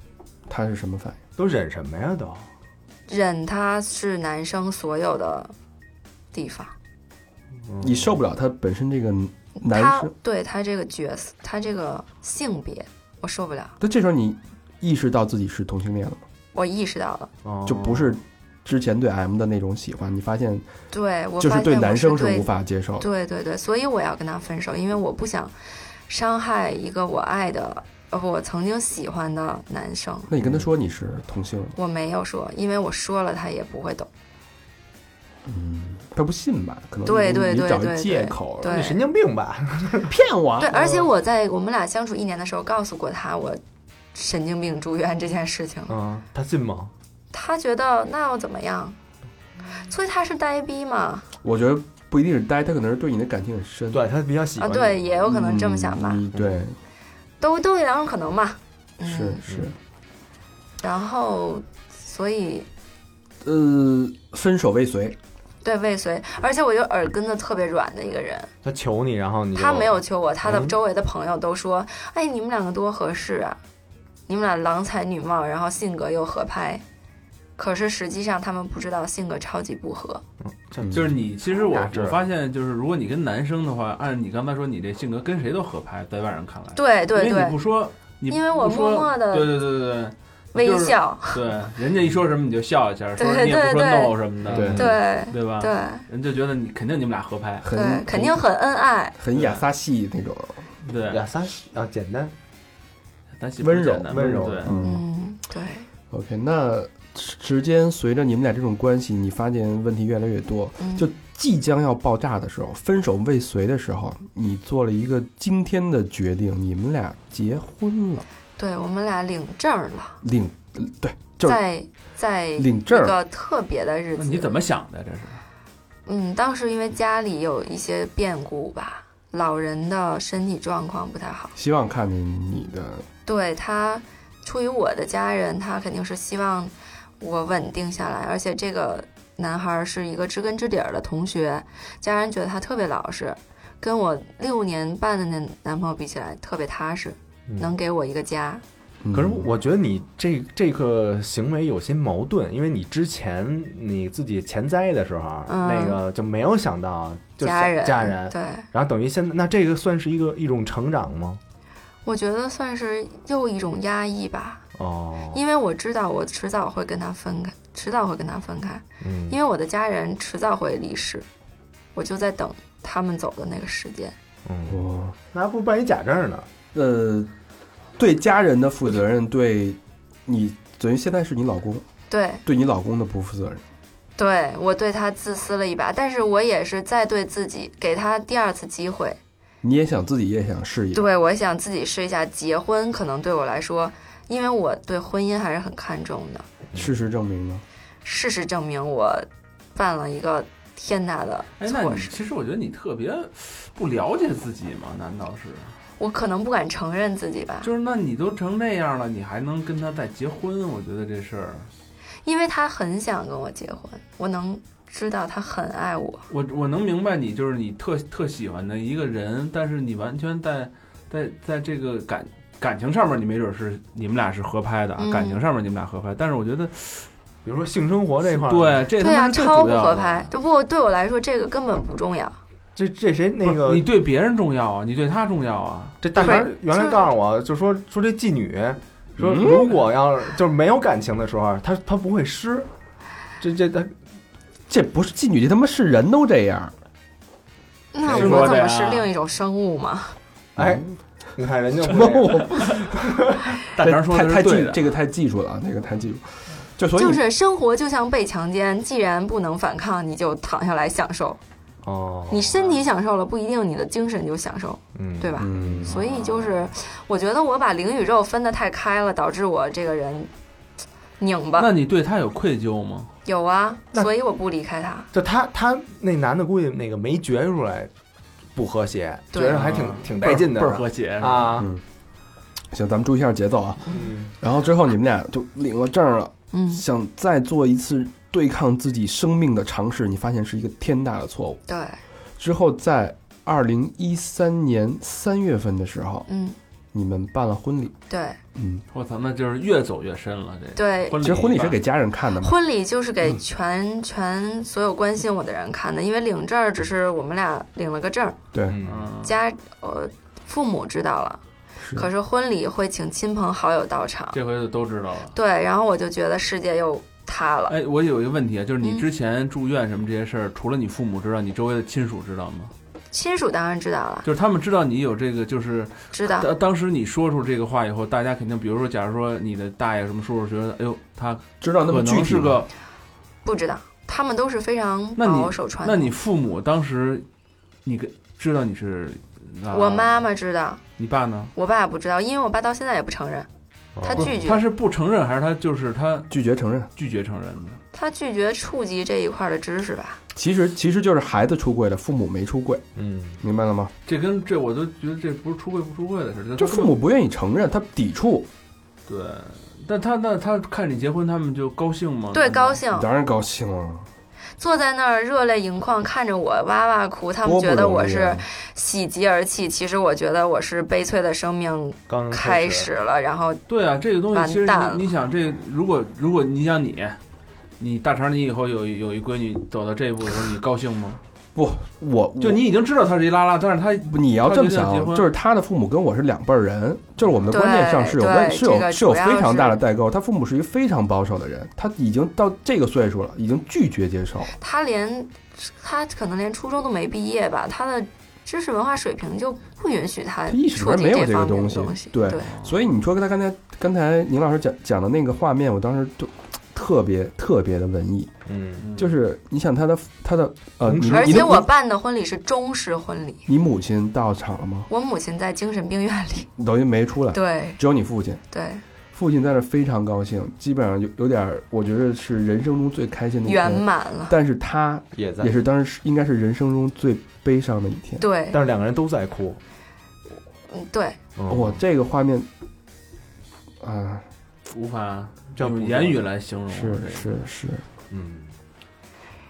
Speaker 5: 他是什么反应？
Speaker 6: 都忍什么呀？都
Speaker 7: 忍他是男生所有的地方，
Speaker 6: 嗯
Speaker 5: 你受不了他本身这个男
Speaker 7: 他
Speaker 5: 生，
Speaker 7: 对他这个角色，他这个性别，我受不了。
Speaker 5: 那这时候你意识到自己是同性恋了吗？
Speaker 7: 我意识到了，
Speaker 6: 哦
Speaker 5: 就不是之前对 M 的那种喜欢，你发现
Speaker 7: 对我
Speaker 5: 就是
Speaker 7: 发
Speaker 5: 对
Speaker 7: 现我
Speaker 5: 男生是
Speaker 7: 对
Speaker 5: 无法接受的。
Speaker 7: 对对对，所以我要跟他分手，因为我不想伤害一个我爱的，呃，不，我曾经喜欢的男生。
Speaker 5: 那你跟他说你是同性了吗，
Speaker 7: 我没有说，因为我说了他也不会懂。
Speaker 5: 他不信吧？可能
Speaker 7: 嗯对
Speaker 5: 你
Speaker 7: 对
Speaker 5: 你
Speaker 7: 对
Speaker 5: 找一
Speaker 7: 对
Speaker 5: 借
Speaker 7: 对
Speaker 5: 口
Speaker 7: 对
Speaker 6: 哦你神经病吧？
Speaker 5: 骗我
Speaker 7: 对，而且
Speaker 6: 嗯
Speaker 7: 我在我们俩相处一年的时候告诉过他我神经病住院这件事情，
Speaker 6: 嗯，他信吗？
Speaker 7: 他觉得那又怎么样？所以他是呆逼嘛？
Speaker 5: 我觉得不一定是呆，他可能是对你的感情很深。
Speaker 6: 对他比较喜
Speaker 7: 啊，
Speaker 6: 欢
Speaker 7: 对，
Speaker 6: 你
Speaker 7: 也有可能这么想吧，
Speaker 5: 嗯你对，
Speaker 7: 都都有两种可能嘛。嗯、
Speaker 5: 是。是。
Speaker 7: 然后，所以
Speaker 5: 呃，分手未遂，
Speaker 7: 对未遂，而且我就耳根子特别软的一个人。
Speaker 6: 他求你，然后你就
Speaker 7: 他没有求我，他的
Speaker 6: 嗯
Speaker 7: 周围的朋友都说：“哎，你们两个多合适啊，你们俩郎才女貌，然后性格又合拍。”可是实际上他们不知道性格超级不合。
Speaker 6: 这
Speaker 5: 嗯
Speaker 3: 就是你，其实我
Speaker 6: 哪知
Speaker 3: 我
Speaker 6: 道
Speaker 3: 发现，就是如果你跟男生的话，按你刚才说，你这性格跟谁都合拍，在外人看来，
Speaker 7: 对对
Speaker 3: 因为你
Speaker 7: 对
Speaker 3: 不，说，你
Speaker 7: 因为我
Speaker 3: 不说
Speaker 7: 默默地
Speaker 3: 对嗯对对对对，
Speaker 7: 微
Speaker 3: 就是，
Speaker 7: 笑，
Speaker 3: 对，人家一说什么你就笑一下，说
Speaker 7: 对
Speaker 3: 你也不说
Speaker 7: 对对
Speaker 3: no 什么的，
Speaker 5: 对
Speaker 3: 对
Speaker 7: 对
Speaker 3: 对吧？
Speaker 7: 对
Speaker 3: 人就觉得你肯定你们俩合拍，
Speaker 5: 很
Speaker 7: 对，肯定很恩爱。
Speaker 5: 很雅萨系那种。
Speaker 3: 对，
Speaker 6: 俩仨啊，简单
Speaker 3: 咱媳妇儿
Speaker 5: 温柔
Speaker 3: 简单
Speaker 6: 温柔
Speaker 3: 对，
Speaker 5: 嗯
Speaker 7: 嗯，对，
Speaker 5: ，OK，那时间随着你们俩这种关系，你发现问题越来越多，
Speaker 7: 嗯
Speaker 5: 就即将要爆炸的时候，分手未遂的时候，你做了一个惊天的决定，你们俩结婚了，
Speaker 7: 对我们俩领证了，
Speaker 5: 领对，就是
Speaker 7: 在在一
Speaker 5: 领证儿。
Speaker 7: 哎个特别的日
Speaker 3: 那
Speaker 7: 子。
Speaker 3: 你怎么想的？这是
Speaker 7: 嗯，当时因为家里有一些变故吧，老人的身体状况不太好。
Speaker 5: 希望看见你的，
Speaker 7: 对他，出于我的家人，他肯定是希望我稳定下来，而且这个男孩是一个知根知底儿的同学，家人觉得他特别老实，
Speaker 6: 嗯
Speaker 7: 跟我六年半的那男朋友比起来特别踏实，能给我一个家，
Speaker 5: 嗯
Speaker 6: 可是我觉得你这这个行为有些矛盾，因为你之前你自己前栽的时候，啊
Speaker 7: 嗯
Speaker 6: 那个就没有想到就
Speaker 7: 家
Speaker 6: 想
Speaker 7: 人，
Speaker 6: 家人，
Speaker 7: 对，
Speaker 6: 然后等于现在，那这个算是一个一种成长吗？
Speaker 7: 我觉得算是又一种压抑吧，
Speaker 6: 哦，
Speaker 7: 因为我知道我迟早会跟他分开，迟早会跟他分开，
Speaker 6: 嗯
Speaker 7: 因为我的家人迟早会离世，我就在等他们走的那个时间。
Speaker 6: 嗯，
Speaker 5: 我
Speaker 6: 那还不如办一假证呢？
Speaker 5: 呃，对家人的负责任，对你等于现在是你老公，
Speaker 7: 对，
Speaker 5: 对你老公的不负责任。
Speaker 7: 对我对他自私了一把，但是我也是在对自己给他第二次机会。
Speaker 5: 你也想自己，也想事业，
Speaker 7: 对，我想自己试一下结婚，可能对我来说，因为我对婚姻还是很看重的。
Speaker 5: 事实证明呢？
Speaker 7: 事实证明，我犯了一个天大的
Speaker 3: 哎，那
Speaker 7: 错
Speaker 3: 你
Speaker 7: 事，
Speaker 3: 其实我觉得你特别不了解自己嘛？难道是？
Speaker 7: 我可能不敢承认自己吧，
Speaker 3: 就是那你都成那样了，你还能跟他再结婚？我觉得这事儿，
Speaker 7: 因为他很想跟我结婚，我能知道他很爱我。
Speaker 3: 我我能明白你，就是你特特喜欢的一个人，但是你完全在在在这个感感情上面，你没准是你们俩是合拍的啊，
Speaker 7: 嗯
Speaker 3: 感情上面你们俩合拍，但是我觉得
Speaker 6: 比如说性生活这块儿，，
Speaker 3: 对这他
Speaker 7: 对
Speaker 3: 妈
Speaker 7: 啊，
Speaker 3: 是最
Speaker 7: 超
Speaker 3: 主
Speaker 7: 不
Speaker 3: 要
Speaker 7: 合
Speaker 3: 的
Speaker 7: 拍。这不对我来说，这个根本不重要。
Speaker 6: 这这谁那
Speaker 3: 不是
Speaker 6: 个
Speaker 3: 你对别人重要啊，你对他重要啊。
Speaker 6: 这大
Speaker 7: 对
Speaker 6: 明儿原来
Speaker 7: 就是
Speaker 6: 告诉我，就说说这妓女，说
Speaker 5: 嗯
Speaker 6: 如果要是就是没有感情的时候，啊她她不会湿，这这她
Speaker 5: 这不是妓女，这他妈是人都这样。
Speaker 7: 那我
Speaker 6: 谁说
Speaker 7: 们怎
Speaker 6: 的
Speaker 7: 么是
Speaker 6: 呀
Speaker 7: 另一种生物嘛？
Speaker 6: 哎，你看人家
Speaker 5: 什
Speaker 6: 不
Speaker 5: 么
Speaker 6: 会
Speaker 5: 我
Speaker 3: 大
Speaker 5: 这
Speaker 3: 明说
Speaker 5: 太
Speaker 3: 的
Speaker 5: 太
Speaker 3: 是对
Speaker 5: 技
Speaker 3: 的，
Speaker 5: 这个太技术了啊，那个太技术。就所以
Speaker 7: 就是生活就像被强奸，既然不能反抗，你就躺下来享受。
Speaker 6: 哦，
Speaker 7: 你身体享受了，不一定你的精神就享受，
Speaker 6: 嗯
Speaker 7: 对吧？
Speaker 5: 嗯，
Speaker 7: 所以就是，我觉得我把灵与肉分得太开了，导致我这个人拧巴。
Speaker 3: 那你对他有愧疚吗？
Speaker 7: 有啊，
Speaker 6: 那
Speaker 7: 所以我不离开他。
Speaker 6: 就他他那男的估计那个没觉出来不和谐，觉
Speaker 7: 对
Speaker 6: 着还挺挺带劲的
Speaker 3: 倍儿和谐。
Speaker 6: 啊，
Speaker 5: 行，咱们注意一下节奏啊。
Speaker 6: 嗯
Speaker 5: 然后之后你们俩就领了证了，
Speaker 7: 嗯，
Speaker 5: 想再做一次对抗自己生命的尝试，你发现是一个天大的错误。
Speaker 7: 对，
Speaker 5: 之后在二零一三年三月份的时候，
Speaker 7: 嗯，
Speaker 5: 你们办了婚礼。
Speaker 7: 对
Speaker 5: 嗯，
Speaker 3: 我操，那就是越走越深了。这
Speaker 7: 对。
Speaker 5: 其实婚礼是给
Speaker 3: 吧
Speaker 5: 家人看的嘛。
Speaker 7: 婚礼就是
Speaker 3: 嗯
Speaker 7: 给全全所有关心我的人看的，因为领证儿只是我们俩领了个证儿，
Speaker 5: 对，
Speaker 6: 嗯
Speaker 3: 嗯
Speaker 7: 家呃父母知道了，
Speaker 5: 是
Speaker 7: 可是婚礼会请亲朋好友到场，
Speaker 3: 这回就都知道了。
Speaker 7: 对，然后我就觉得世界又塌了。
Speaker 3: 哎，我有一个问题啊，就是你
Speaker 7: 嗯
Speaker 3: 之前住院什么这些事儿，除了你父母知道，你周围的亲属知道吗？
Speaker 7: 亲属当然知道了，
Speaker 3: 就是他们知道你有这个，就是
Speaker 7: 知道，
Speaker 3: 当当时你说出这个话以后，大家肯定，比如说，假如说你的大爷什么叔叔觉得，哎呦，他
Speaker 5: 知道那
Speaker 3: 可
Speaker 5: 么具
Speaker 3: 能
Speaker 5: 体
Speaker 3: 是个，
Speaker 7: 不知道，他们都是非常
Speaker 3: 那你
Speaker 7: 保守传
Speaker 3: 那
Speaker 7: 统。
Speaker 3: 你父母当时你跟知道你是，啊
Speaker 7: 我妈，妈知道，
Speaker 3: 你爸呢？
Speaker 7: 我爸不知道，因为我爸到现在也不承认，
Speaker 3: 哦
Speaker 7: 他拒绝，
Speaker 3: 他是不承认还是他就是他
Speaker 5: 拒绝承认。
Speaker 3: 拒绝承认的？
Speaker 7: 他拒绝触及这一块的知识吧。
Speaker 5: 其实其实就是孩子出柜了，父母没出柜，
Speaker 6: 嗯
Speaker 5: 明白了吗？
Speaker 3: 这跟这我都觉得这不是出柜不出柜的事，他根
Speaker 5: 就
Speaker 3: 本
Speaker 5: 父母不愿意承认，他抵触，
Speaker 3: 对，但他那他看你结婚，他们就高兴吗？
Speaker 7: 对，
Speaker 3: 难道
Speaker 7: 高兴，
Speaker 5: 当然高兴了。
Speaker 7: 坐在那儿热泪盈眶，看着我哇哇哭，他们
Speaker 5: 多不
Speaker 7: 觉得我
Speaker 5: 容易
Speaker 7: 是
Speaker 5: 啊！
Speaker 7: 喜极而泣，其实我觉得我是悲催的生命
Speaker 6: 刚
Speaker 7: 开始
Speaker 5: 嗯
Speaker 7: 了，然后
Speaker 3: 对啊，这个东西其实
Speaker 7: 完蛋了
Speaker 3: 你你想这，如果如果你想你，你大肠，你以后有有一闺女走到这一步的时候，你高兴 吗？
Speaker 5: 我
Speaker 3: 就你已经知道她是一拉拉，但是她
Speaker 5: 不你要这么
Speaker 3: 他决定要结
Speaker 5: 想，
Speaker 3: 婚
Speaker 5: 就是他的父母跟我是两辈儿人，就是我们的观念上是有
Speaker 7: 对
Speaker 5: 问
Speaker 7: 对
Speaker 5: 是有、
Speaker 7: 这个
Speaker 5: 是有
Speaker 7: 主要
Speaker 5: 非常大的
Speaker 7: 是
Speaker 5: 代沟。他父母是一个非常保守的人，他已经到这个岁数了，已经拒绝接受。
Speaker 7: 他连他可能连初中都没毕业吧，他的知识文化水平就不允许他
Speaker 5: 意嗯识里
Speaker 7: 触
Speaker 5: 边
Speaker 7: 及
Speaker 5: 没有
Speaker 7: 这
Speaker 5: 这个
Speaker 7: 方面
Speaker 5: 东
Speaker 7: 的
Speaker 5: 西
Speaker 7: 东西。
Speaker 5: 对
Speaker 7: 对
Speaker 5: 所以你说他刚才刚才宁老师讲讲的那个画面，我当时就特别特别的文艺，
Speaker 6: 嗯
Speaker 5: 就是你想他的他的呃，
Speaker 6: 同
Speaker 5: 你
Speaker 6: 时
Speaker 5: 的
Speaker 7: 而
Speaker 5: 你
Speaker 7: 且
Speaker 5: 的
Speaker 7: 我办的婚礼是中式婚礼，
Speaker 5: 你母亲到场了吗？
Speaker 7: 我母亲在精神病院里。
Speaker 5: 等于没出来，
Speaker 7: 对
Speaker 5: 只有你父亲。
Speaker 7: 对，
Speaker 5: 父亲在这非常高兴，基本上有有点儿，我觉得是人生中最开心的一
Speaker 7: 圆
Speaker 5: 天。
Speaker 7: 满了。
Speaker 5: 但是他
Speaker 6: 也在
Speaker 5: 也，是当时应该是人生中最悲伤的一天。
Speaker 7: 对，
Speaker 6: 但是两个人都在哭，
Speaker 7: 嗯对，
Speaker 6: 嗯
Speaker 5: 哇，这个画面啊，
Speaker 3: 无法
Speaker 6: 这
Speaker 3: 用
Speaker 6: 不
Speaker 7: 哦
Speaker 3: 言语来形容
Speaker 5: 是
Speaker 3: 这个
Speaker 5: 是是，
Speaker 6: 嗯，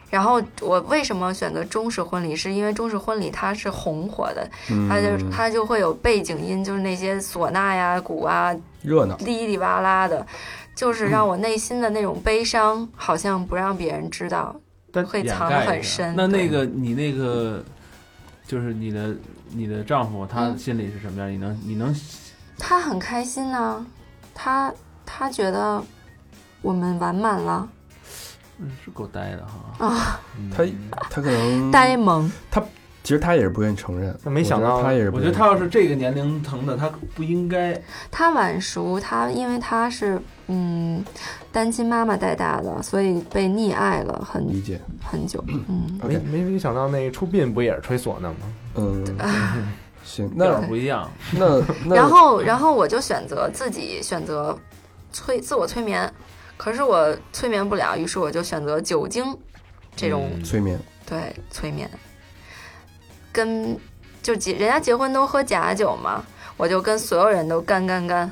Speaker 7: 然后我为什么选择中式婚礼，是因为中式婚礼它是红火的，它就
Speaker 3: 嗯
Speaker 5: 嗯
Speaker 7: 它就会有背景音，就是那些唢呐呀、鼓啊、
Speaker 5: 热闹，
Speaker 7: 哩哩哇啦的，就是让我内心的那种悲伤好像不让别人知道，
Speaker 6: 但
Speaker 7: 会
Speaker 3: 掩
Speaker 7: 藏得
Speaker 3: 盖一
Speaker 7: 很
Speaker 3: 下
Speaker 7: 深。
Speaker 3: 那那
Speaker 7: 对
Speaker 3: 个你那个就是你的你的丈夫，他
Speaker 7: 嗯
Speaker 3: 心里是什么样？你能你能
Speaker 7: 他很开心呢、他他觉得我们完满了
Speaker 3: 嗯是够呆的哈。
Speaker 5: 嗯
Speaker 7: 啊，
Speaker 6: 嗯
Speaker 5: 他他可
Speaker 3: 嗯
Speaker 5: 能
Speaker 7: 呆萌。
Speaker 5: 其实他也是不愿意承认。
Speaker 6: 那没想到
Speaker 5: 我觉得他也是不
Speaker 3: 我觉
Speaker 5: 愿意，
Speaker 3: 得他要是这个年龄层的，他不应该。
Speaker 7: 他晚熟，他因为他是嗯单亲妈妈带大的，所以被溺爱了很
Speaker 5: 理解。
Speaker 7: 很久。嗯，
Speaker 6: 没
Speaker 5: OK，
Speaker 6: 没没想到那出殡不也是吹唢呐吗？
Speaker 5: 嗯， 行，
Speaker 3: 调
Speaker 5: 那
Speaker 3: 儿不一样，
Speaker 5: 那那
Speaker 7: 然后然后我就选择自己选择催自我催眠，可是我催眠不了，于是我就选择酒精这种、
Speaker 6: 嗯
Speaker 5: 催眠，
Speaker 7: 对催眠，跟就结人家结婚都喝假酒嘛，我就跟所有人都干干干，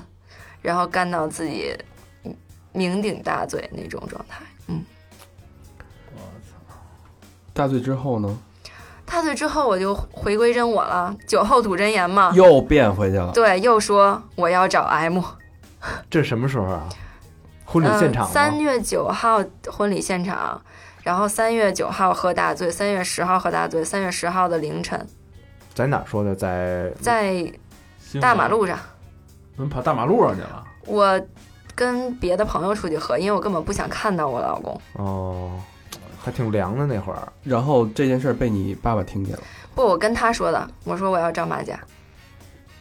Speaker 7: 然后干到自己嗯酩酊大醉那种状态。嗯，
Speaker 5: 大醉之后呢，
Speaker 7: 大醉之后我就回归真我了，酒后吐真言嘛。
Speaker 5: 又变回去了。
Speaker 7: 啊对，又说我要找 M。
Speaker 6: 这是什么时候啊？婚礼
Speaker 7: 嗯，
Speaker 6: 现场吗？
Speaker 7: 三、月九号婚礼现场，然后三月九号喝大醉，三月十号喝大醉，三月十号的凌晨
Speaker 6: 在哪儿说的？在
Speaker 7: 在
Speaker 3: 新
Speaker 7: 大
Speaker 3: 闻
Speaker 7: 马路上，
Speaker 3: 怎么跑大马路上去了？
Speaker 7: 我跟别的朋友出去喝，因为我根本不想看到我老公。
Speaker 6: 哦，还挺凉的那会儿。
Speaker 5: 然后这件事儿被你爸爸听见了。
Speaker 7: 不，我跟他说的，我说我要找马甲。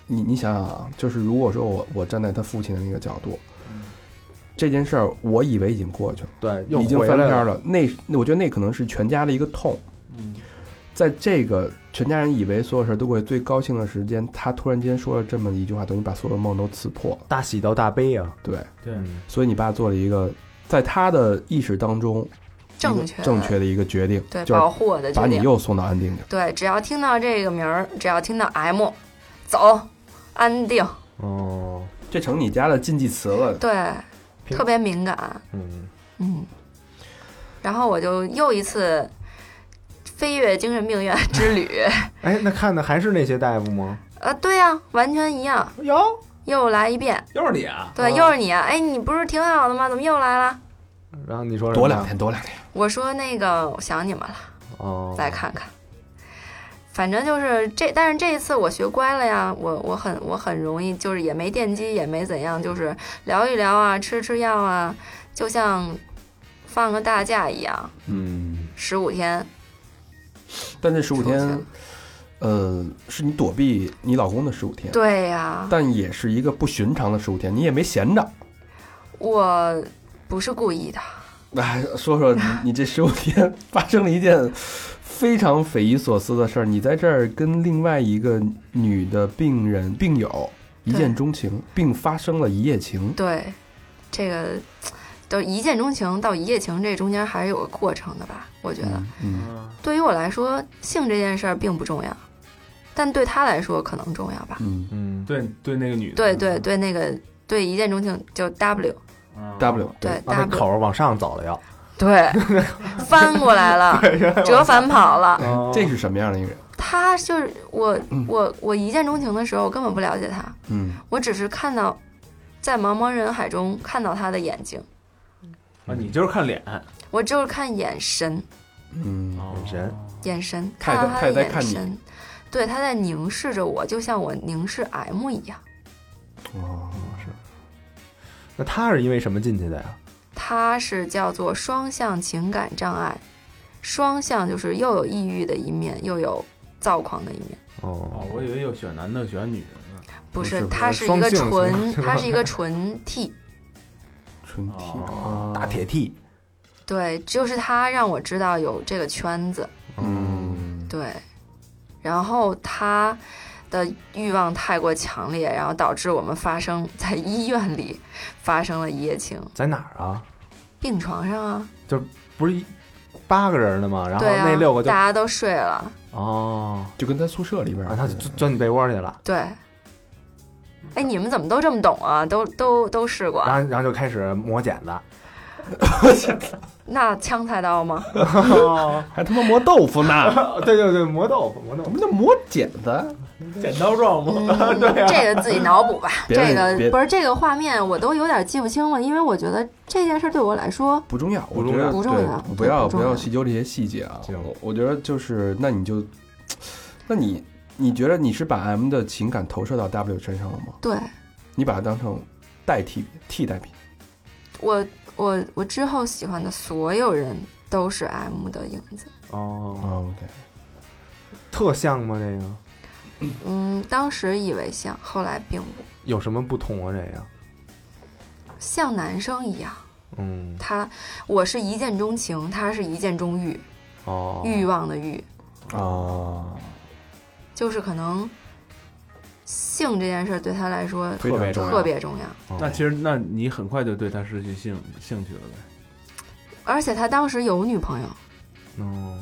Speaker 5: 你你想想啊，就是如果说我我站在他父亲的那个角度，这件事儿我以为已经过去了，
Speaker 6: 对，又
Speaker 5: 已经
Speaker 6: 回
Speaker 5: 翻
Speaker 6: 来
Speaker 5: 篇儿
Speaker 6: 了。
Speaker 5: 了。那那我觉得那可能是全家的一个痛。
Speaker 3: 嗯，
Speaker 5: 在这个全家人以为所有事儿都过去最高兴的时间，他突然间说了这么一句话，等于把所有梦都刺破了。
Speaker 6: 大喜到大悲啊！
Speaker 5: 对，
Speaker 3: 对
Speaker 6: 嗯
Speaker 5: 所以你爸做了一个在他的意识当中一
Speaker 7: 正
Speaker 5: 个
Speaker 7: 确的
Speaker 5: 正确的一个决定，
Speaker 7: 对，
Speaker 5: 就是
Speaker 7: 保护我的
Speaker 5: 把
Speaker 7: 决
Speaker 5: 你
Speaker 7: 定。
Speaker 5: 又送到安定去。
Speaker 7: 对，只要听到这个名儿，只要听到 M，走，安定。
Speaker 6: 哦，
Speaker 5: 这成你家的禁忌词了。
Speaker 7: 对，
Speaker 6: 平
Speaker 7: 特别敏感，
Speaker 6: 嗯，
Speaker 7: 嗯。然后我就又一次飞跃精神病院之 旅。
Speaker 6: 哎，那看的还是那些大夫吗？
Speaker 7: 呃，对呀、完全一样，
Speaker 6: 有，哦
Speaker 7: 又来一遍。
Speaker 3: 又是你啊！
Speaker 7: 对，又是你啊！哎，你不是挺好的吗？怎么又来了？
Speaker 6: 然后你说什么
Speaker 5: 躲两天，躲两天。
Speaker 7: 我说那个，我想你们了。
Speaker 6: 哦，
Speaker 7: 再看看。反正就是这，但是这一次我学乖了呀，我我很我很容易，就是也没电击，也没怎样，就是聊一聊啊，吃吃药啊，就像放个大假一样，
Speaker 5: 嗯，
Speaker 7: 十五天。
Speaker 5: 但这十五
Speaker 7: 收
Speaker 5: 天
Speaker 7: 钱，
Speaker 5: 呃，是你躲避你老公的十五天，
Speaker 7: 对呀、
Speaker 5: 但也是一个不寻常的十五天，你也没闲着。
Speaker 7: 我不是故意的，
Speaker 5: 来哎说说 你，你这十五天发生了一件非常匪夷所思的事儿，你在这儿跟另外一个女的病人病友一见钟情，并发生了一夜情。
Speaker 7: 对，这个都一见钟情到一夜情，这中间还是有个过程的吧？我觉得，
Speaker 5: 嗯，
Speaker 3: 嗯
Speaker 7: 对于我来说，性这件事儿并不重要，但对他来说可能重要吧。
Speaker 5: 嗯
Speaker 6: 嗯，
Speaker 3: 对对，那个女的，
Speaker 7: 对对对，那个对一见钟情就 W，
Speaker 3: 嗯
Speaker 5: ，W
Speaker 7: 对
Speaker 6: 啊那
Speaker 7: W，
Speaker 6: 口儿往上走了要。
Speaker 7: 对， 翻过来了，折返跑了。
Speaker 6: 哦
Speaker 5: 这是什么样的一个人？
Speaker 7: 他就是我
Speaker 5: 嗯，
Speaker 7: 我我一见钟情的时候，我根本不了解他，
Speaker 5: 嗯，
Speaker 7: 我只是看到在茫茫人海中看到他的眼睛，
Speaker 3: 啊，你就是看脸，
Speaker 7: 我就是看眼神，
Speaker 5: 嗯，
Speaker 3: 眼
Speaker 6: 神
Speaker 7: 眼神，
Speaker 5: 他
Speaker 7: 看
Speaker 5: 也在
Speaker 7: 到
Speaker 5: 他也
Speaker 7: 的
Speaker 5: 在看
Speaker 7: 眼
Speaker 5: 你
Speaker 7: 神，对，他在凝视着我，就像我凝视 M 一样。
Speaker 5: 哦，
Speaker 6: 那他是因为什么进去的呀？
Speaker 7: 它是叫做双向情感障碍，双向就是又有抑郁的一面，又有躁狂的一面。
Speaker 3: 哦
Speaker 6: 哦，，
Speaker 3: 我以为又选男的选女的呢。
Speaker 7: 不
Speaker 6: 不是
Speaker 7: 是，
Speaker 6: 不
Speaker 7: 它
Speaker 5: 呃
Speaker 6: 是
Speaker 7: 是一个
Speaker 6: 双性
Speaker 7: 纯，
Speaker 6: 情感
Speaker 7: 它是一个纯 T。
Speaker 5: 纯 T，
Speaker 3: 哦
Speaker 6: 大铁 T，
Speaker 7: 对，就是它让我知道有这个圈子。
Speaker 5: 嗯，
Speaker 7: 对，然后它的欲望太过强烈，然后导致我们发生在医院里发生了一夜情，
Speaker 6: 在哪儿啊？
Speaker 7: 病床上啊，
Speaker 6: 不是一八个人的吗？然后
Speaker 7: 对啊，
Speaker 6: 那六个就
Speaker 7: 大家都睡了，
Speaker 6: 哦，
Speaker 5: 就跟在宿舍里边
Speaker 6: 啊，
Speaker 5: 儿，
Speaker 6: 他就钻你被窝去了，
Speaker 7: 对。哎，你们怎么都这么懂啊？都都都试过啊？
Speaker 6: 然后然后就开始磨剪子，
Speaker 7: 那枪才到 吗？
Speaker 6: 哦，
Speaker 5: 还他妈磨豆腐呢，
Speaker 6: 对对对，磨豆腐，磨豆
Speaker 5: 我
Speaker 6: 腐，
Speaker 5: 们就磨剪子。啊
Speaker 2: 剪刀
Speaker 6: 哦
Speaker 2: 撞吗？
Speaker 6: 啊
Speaker 7: 这个自己脑补吧。
Speaker 5: 别
Speaker 7: 这
Speaker 5: 别
Speaker 7: 个不是这个画面，我都有点记不清了，因为我觉得这件事对我来说，
Speaker 5: 不重要，我
Speaker 6: 不重
Speaker 5: 觉得
Speaker 6: 要
Speaker 7: 不重
Speaker 5: 对
Speaker 7: 要
Speaker 5: 不要
Speaker 7: 不重
Speaker 5: 不要
Speaker 7: 要
Speaker 5: 细究这些细节啊。
Speaker 6: 行
Speaker 5: 我我觉得就是，那你就，那你你觉得你是把 M 的情感投射到 W 身上了吗？
Speaker 7: 对
Speaker 5: 你把它当成代替品替代品，
Speaker 7: 我我我之后喜欢的所有人都是 M 的影子。
Speaker 6: 哦，
Speaker 5: 哦，OK，
Speaker 6: 特像吗？这个
Speaker 7: 嗯，当时以为像，后来并不
Speaker 6: 有什么不同啊？这个，
Speaker 7: 像男生一样。
Speaker 6: 嗯，
Speaker 7: 他我是一见钟情，他是一见钟欲，
Speaker 6: 哦，
Speaker 7: 欲望的欲，
Speaker 5: 啊，
Speaker 7: 就是可能性这件事儿对他来说
Speaker 6: 特别重要，
Speaker 7: 特别重要。
Speaker 6: 哦
Speaker 3: 那其实，那你很快就对他失去兴兴趣了呗？
Speaker 7: 而且他当时有女朋友，
Speaker 6: 哦，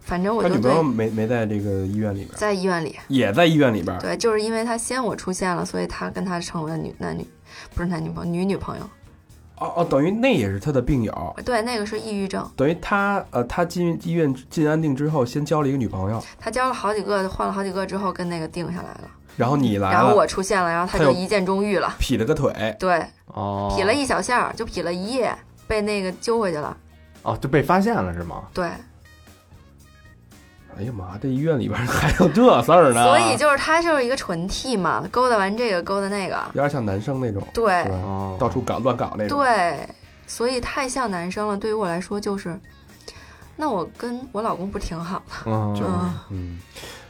Speaker 7: 反正我
Speaker 5: 他
Speaker 7: 就
Speaker 5: 女朋友啊
Speaker 7: 对
Speaker 5: 没没在这个医院里边，
Speaker 7: 在医院里，
Speaker 5: 也在医院里边，
Speaker 7: 对，就是因为他先我出现了，所以他跟他成为了女男女，不是男女朋友，女女朋友。
Speaker 5: 哦哦，等于那也是他的病友，
Speaker 7: 对，那个是抑郁症，
Speaker 5: 等于他呃，他进医院进安定之后，先交了一个女朋友，
Speaker 7: 他交了好几个，换了好几个之后跟那个定下来了，
Speaker 5: 然后你来
Speaker 7: 然后
Speaker 5: 了，
Speaker 7: 我出现了，然后他
Speaker 5: 他
Speaker 7: 就
Speaker 5: 有
Speaker 7: 一见钟欲了，
Speaker 5: 劈了个腿，
Speaker 7: 对，
Speaker 6: 哦，
Speaker 7: 劈了一小下儿，就劈了一夜，被那个揪回去了，
Speaker 6: 哦，就被发现了是吗？
Speaker 7: 对。
Speaker 5: 哎呀妈，这医院里边还有这事儿呢，
Speaker 7: 所以就是他就是一个纯 T 嘛，勾搭完这个勾搭 那个，
Speaker 5: 有点像男生那种，是
Speaker 7: 对
Speaker 5: 吧？
Speaker 6: 哦，
Speaker 5: 到处搞乱搞那种，
Speaker 7: 对，所以太像男生了。对于我来说，就是，那我跟我老公不挺好吗？
Speaker 6: 嗯，
Speaker 5: 就是
Speaker 7: 嗯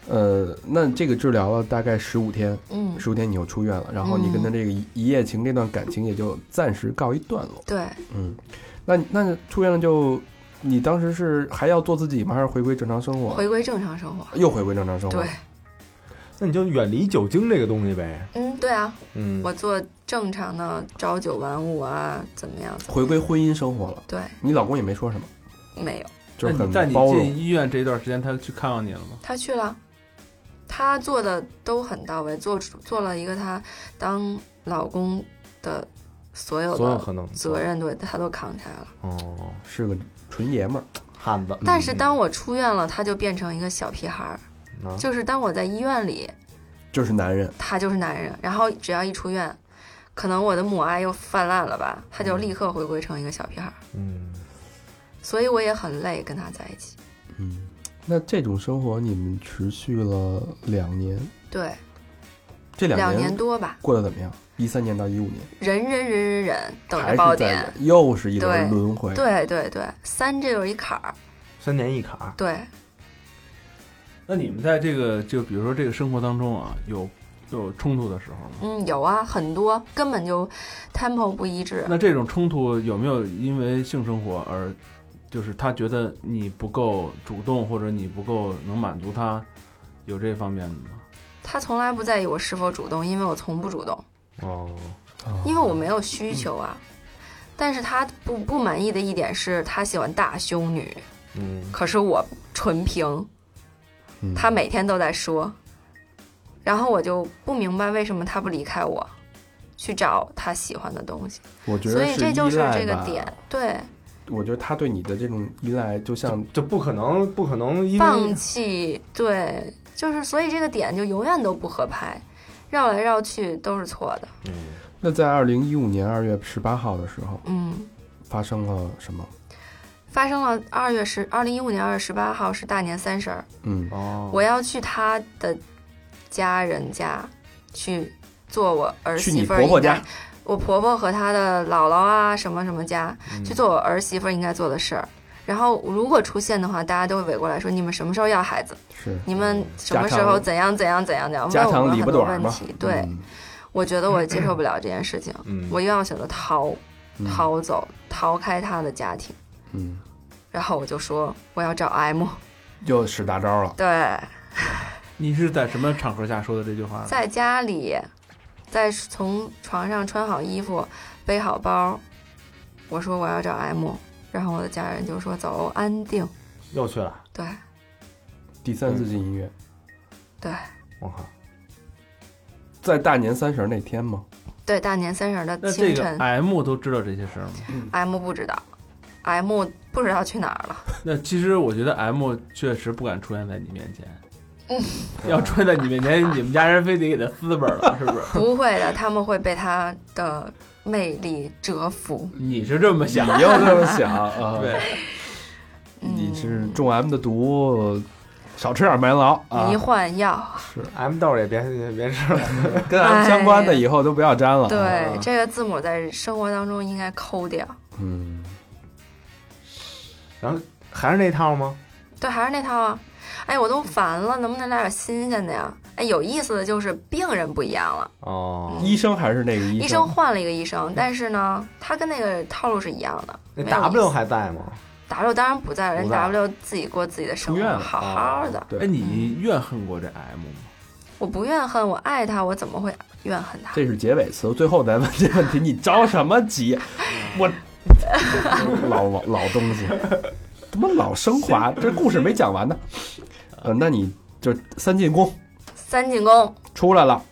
Speaker 5: 嗯，呃，那这个治疗了大概十五天，
Speaker 7: 嗯，
Speaker 5: 十五天你就出院了，然后你跟他这个一一夜情这段感情也就暂时告一段落，
Speaker 7: 对，
Speaker 5: 嗯，那那出院了就，你当时是还要做自己吗？还是回归正常生活？
Speaker 7: 回归正常生活。
Speaker 5: 又回归正常生活
Speaker 7: 对，，
Speaker 6: 那你就远离酒精这个东西呗。
Speaker 7: 嗯，对啊，
Speaker 6: 嗯，
Speaker 7: 我做正常的朝九晚五啊，怎么样？
Speaker 5: 回归婚姻生活了，
Speaker 7: 对，
Speaker 5: 你老公也没说什么。
Speaker 7: 嗯没有，
Speaker 5: 就是
Speaker 3: 那
Speaker 5: 很
Speaker 3: 你在你
Speaker 5: 包
Speaker 3: 进
Speaker 5: 容。
Speaker 3: 医院这段时间，他去看望你了吗？
Speaker 7: 他去了，他做的都很到位，做出做了一个他当老公的所有
Speaker 6: 所有
Speaker 7: 的
Speaker 6: 可能
Speaker 7: 责任，对他都扛下来了。
Speaker 6: 哦，
Speaker 5: 是个纯爷们儿，嗯
Speaker 6: 汉子，
Speaker 7: 但是当我出院了，他就变成一个小屁孩儿。
Speaker 6: 啊
Speaker 7: 就是当我在医院里，
Speaker 5: 就是男人。
Speaker 7: 他就是男人，然后只要一出院，可能我的母爱又泛滥了吧，他就立刻回归成一个小屁孩儿。
Speaker 6: 嗯，
Speaker 7: 所以我也很累跟他在一起。
Speaker 5: 嗯，那这种生活你们持续了两年，
Speaker 7: 对，
Speaker 5: 这
Speaker 7: 两
Speaker 5: 年
Speaker 7: 年多吧，
Speaker 5: 过得怎么样？一三年到一五年，
Speaker 7: 忍忍忍忍忍，等
Speaker 5: 还
Speaker 7: 着
Speaker 5: 是
Speaker 7: 爆
Speaker 5: 在
Speaker 7: 点。
Speaker 5: 又是一轮
Speaker 7: 对
Speaker 5: 轮回。，
Speaker 7: 对对对，三这有一坎儿。
Speaker 6: 三年一卡，
Speaker 7: 对，
Speaker 3: 那你们在这个就比如说这个生活当中啊，有有冲突的时候吗？
Speaker 7: 嗯，有啊，很多根本就 tempo 不一致。
Speaker 3: 那这种冲突有没有因为性生活而，就是他觉得你不够主动，或者你不够能满足他，有这方面的吗？
Speaker 7: 他从来不在意我是否主动，因为我从不主动。
Speaker 6: 哦，
Speaker 5: 啊
Speaker 7: 因为我没有需求啊。但是他不不满意的一点是他喜欢大胸女，
Speaker 6: 嗯，
Speaker 7: 可是我纯平，
Speaker 5: 嗯
Speaker 7: 他每天都在说，然后我就不明白为什么他不离开我，去找他喜欢的东西，
Speaker 5: 我觉得
Speaker 7: 所以这就是
Speaker 5: 依赖
Speaker 7: 这个
Speaker 5: 吧
Speaker 7: 点，。对，
Speaker 5: 我觉得他对你的这种依赖，就像
Speaker 6: 就不可能，不可能因
Speaker 7: 放
Speaker 6: 为
Speaker 7: 弃，对，就是所以这个点就永远都不合拍，绕来绕去都是错的，
Speaker 6: 嗯
Speaker 5: 那在二零一五年二月十八号的时候
Speaker 7: 嗯。
Speaker 5: 发生了什么？
Speaker 7: 发生了二月十，二零一五年二月十八号是大年三十儿，
Speaker 5: 嗯，
Speaker 6: 哦，
Speaker 7: 我要去他的家人家去做我儿
Speaker 5: 去
Speaker 7: 媳
Speaker 5: 你
Speaker 7: 妇儿
Speaker 5: 婆婆
Speaker 7: 应该
Speaker 5: 家，
Speaker 7: 我婆婆和她的姥姥啊什么什么家、
Speaker 6: 嗯
Speaker 7: 去做我儿媳妇儿应该做的事儿。然后如果出现的话，大家都会围过来说：“你们什么时候要孩子？
Speaker 5: 是
Speaker 7: 你们什么时候怎样怎样怎样怎
Speaker 5: 嗯
Speaker 7: 样？”
Speaker 5: 家
Speaker 7: 问我
Speaker 5: 长
Speaker 7: 们
Speaker 5: 里
Speaker 7: 很
Speaker 5: 不
Speaker 7: 多
Speaker 5: 短儿
Speaker 7: 问
Speaker 5: 嘛
Speaker 7: 题。对，
Speaker 5: 嗯
Speaker 7: 我觉得我接受不了这件事情，
Speaker 6: 嗯，
Speaker 7: 我又要选择逃，逃走，逃开他的家庭。
Speaker 5: 嗯，
Speaker 7: 然后我就说我要找 M。
Speaker 5: 又使大招了。
Speaker 7: 对，
Speaker 3: 你是在什么场合下说的这句话呢？
Speaker 7: 在家里，再从床上穿好衣服，背好包。我说我要找 M，然后我的家人就说走，安定。
Speaker 6: 又去了，
Speaker 7: 对
Speaker 5: 第三次进医院，
Speaker 7: 对，
Speaker 6: 我靠，
Speaker 5: 在大年三十那天吗？
Speaker 7: 对大年三十的
Speaker 3: 那这个
Speaker 7: 清晨
Speaker 3: M 都知道这些事儿 吗？
Speaker 7: ，M 不知道，M 不知道去哪儿了。
Speaker 3: 那其实我觉得 M 确实不敢出现在你面前。
Speaker 7: 嗯
Speaker 3: 要出现在你面前，你们家人非得给他撕本了，是 不是？
Speaker 7: 不会的，他们会被他的魅力折服。
Speaker 3: 你是这么想
Speaker 5: 你？要这么想啊，
Speaker 3: 对，
Speaker 7: 嗯、
Speaker 5: 你是中 M 的毒，少吃点麦当劳啊
Speaker 7: 迷，幻药，
Speaker 6: M 豆儿也别也别吃了，
Speaker 5: 跟 M 相关的
Speaker 7: 哎
Speaker 5: 以后都不要沾了。
Speaker 7: 对、
Speaker 5: 啊
Speaker 7: 这个字母在生活当中应该抠掉。
Speaker 5: 嗯，
Speaker 6: 还是那套吗？
Speaker 7: 对，还是那套啊。哎，我都烦了，能不能来点新鲜的呀？哎，有意思的就是病人不一样了，
Speaker 6: 哦，
Speaker 5: 医生还是那个医
Speaker 7: 医生换了一个医生，但是呢，他跟那个套路是一样的。
Speaker 6: 那
Speaker 7: 没有意思
Speaker 6: W 还在吗？
Speaker 7: W 当然不在了，人
Speaker 6: 不在
Speaker 7: W 自己过自己的生
Speaker 5: 出院
Speaker 7: 活，
Speaker 5: 了
Speaker 7: 好好的。
Speaker 3: 哎，你怨恨过这 M 吗？
Speaker 7: 我不怨恨，我爱他，我怎么会怨恨他？
Speaker 5: 这是结尾词，最后再问这问题，你着什么急？我老老老东西，他妈老升华，这故事没讲完呢。呃，那你就三进宫
Speaker 7: 三进宫
Speaker 5: 出来了，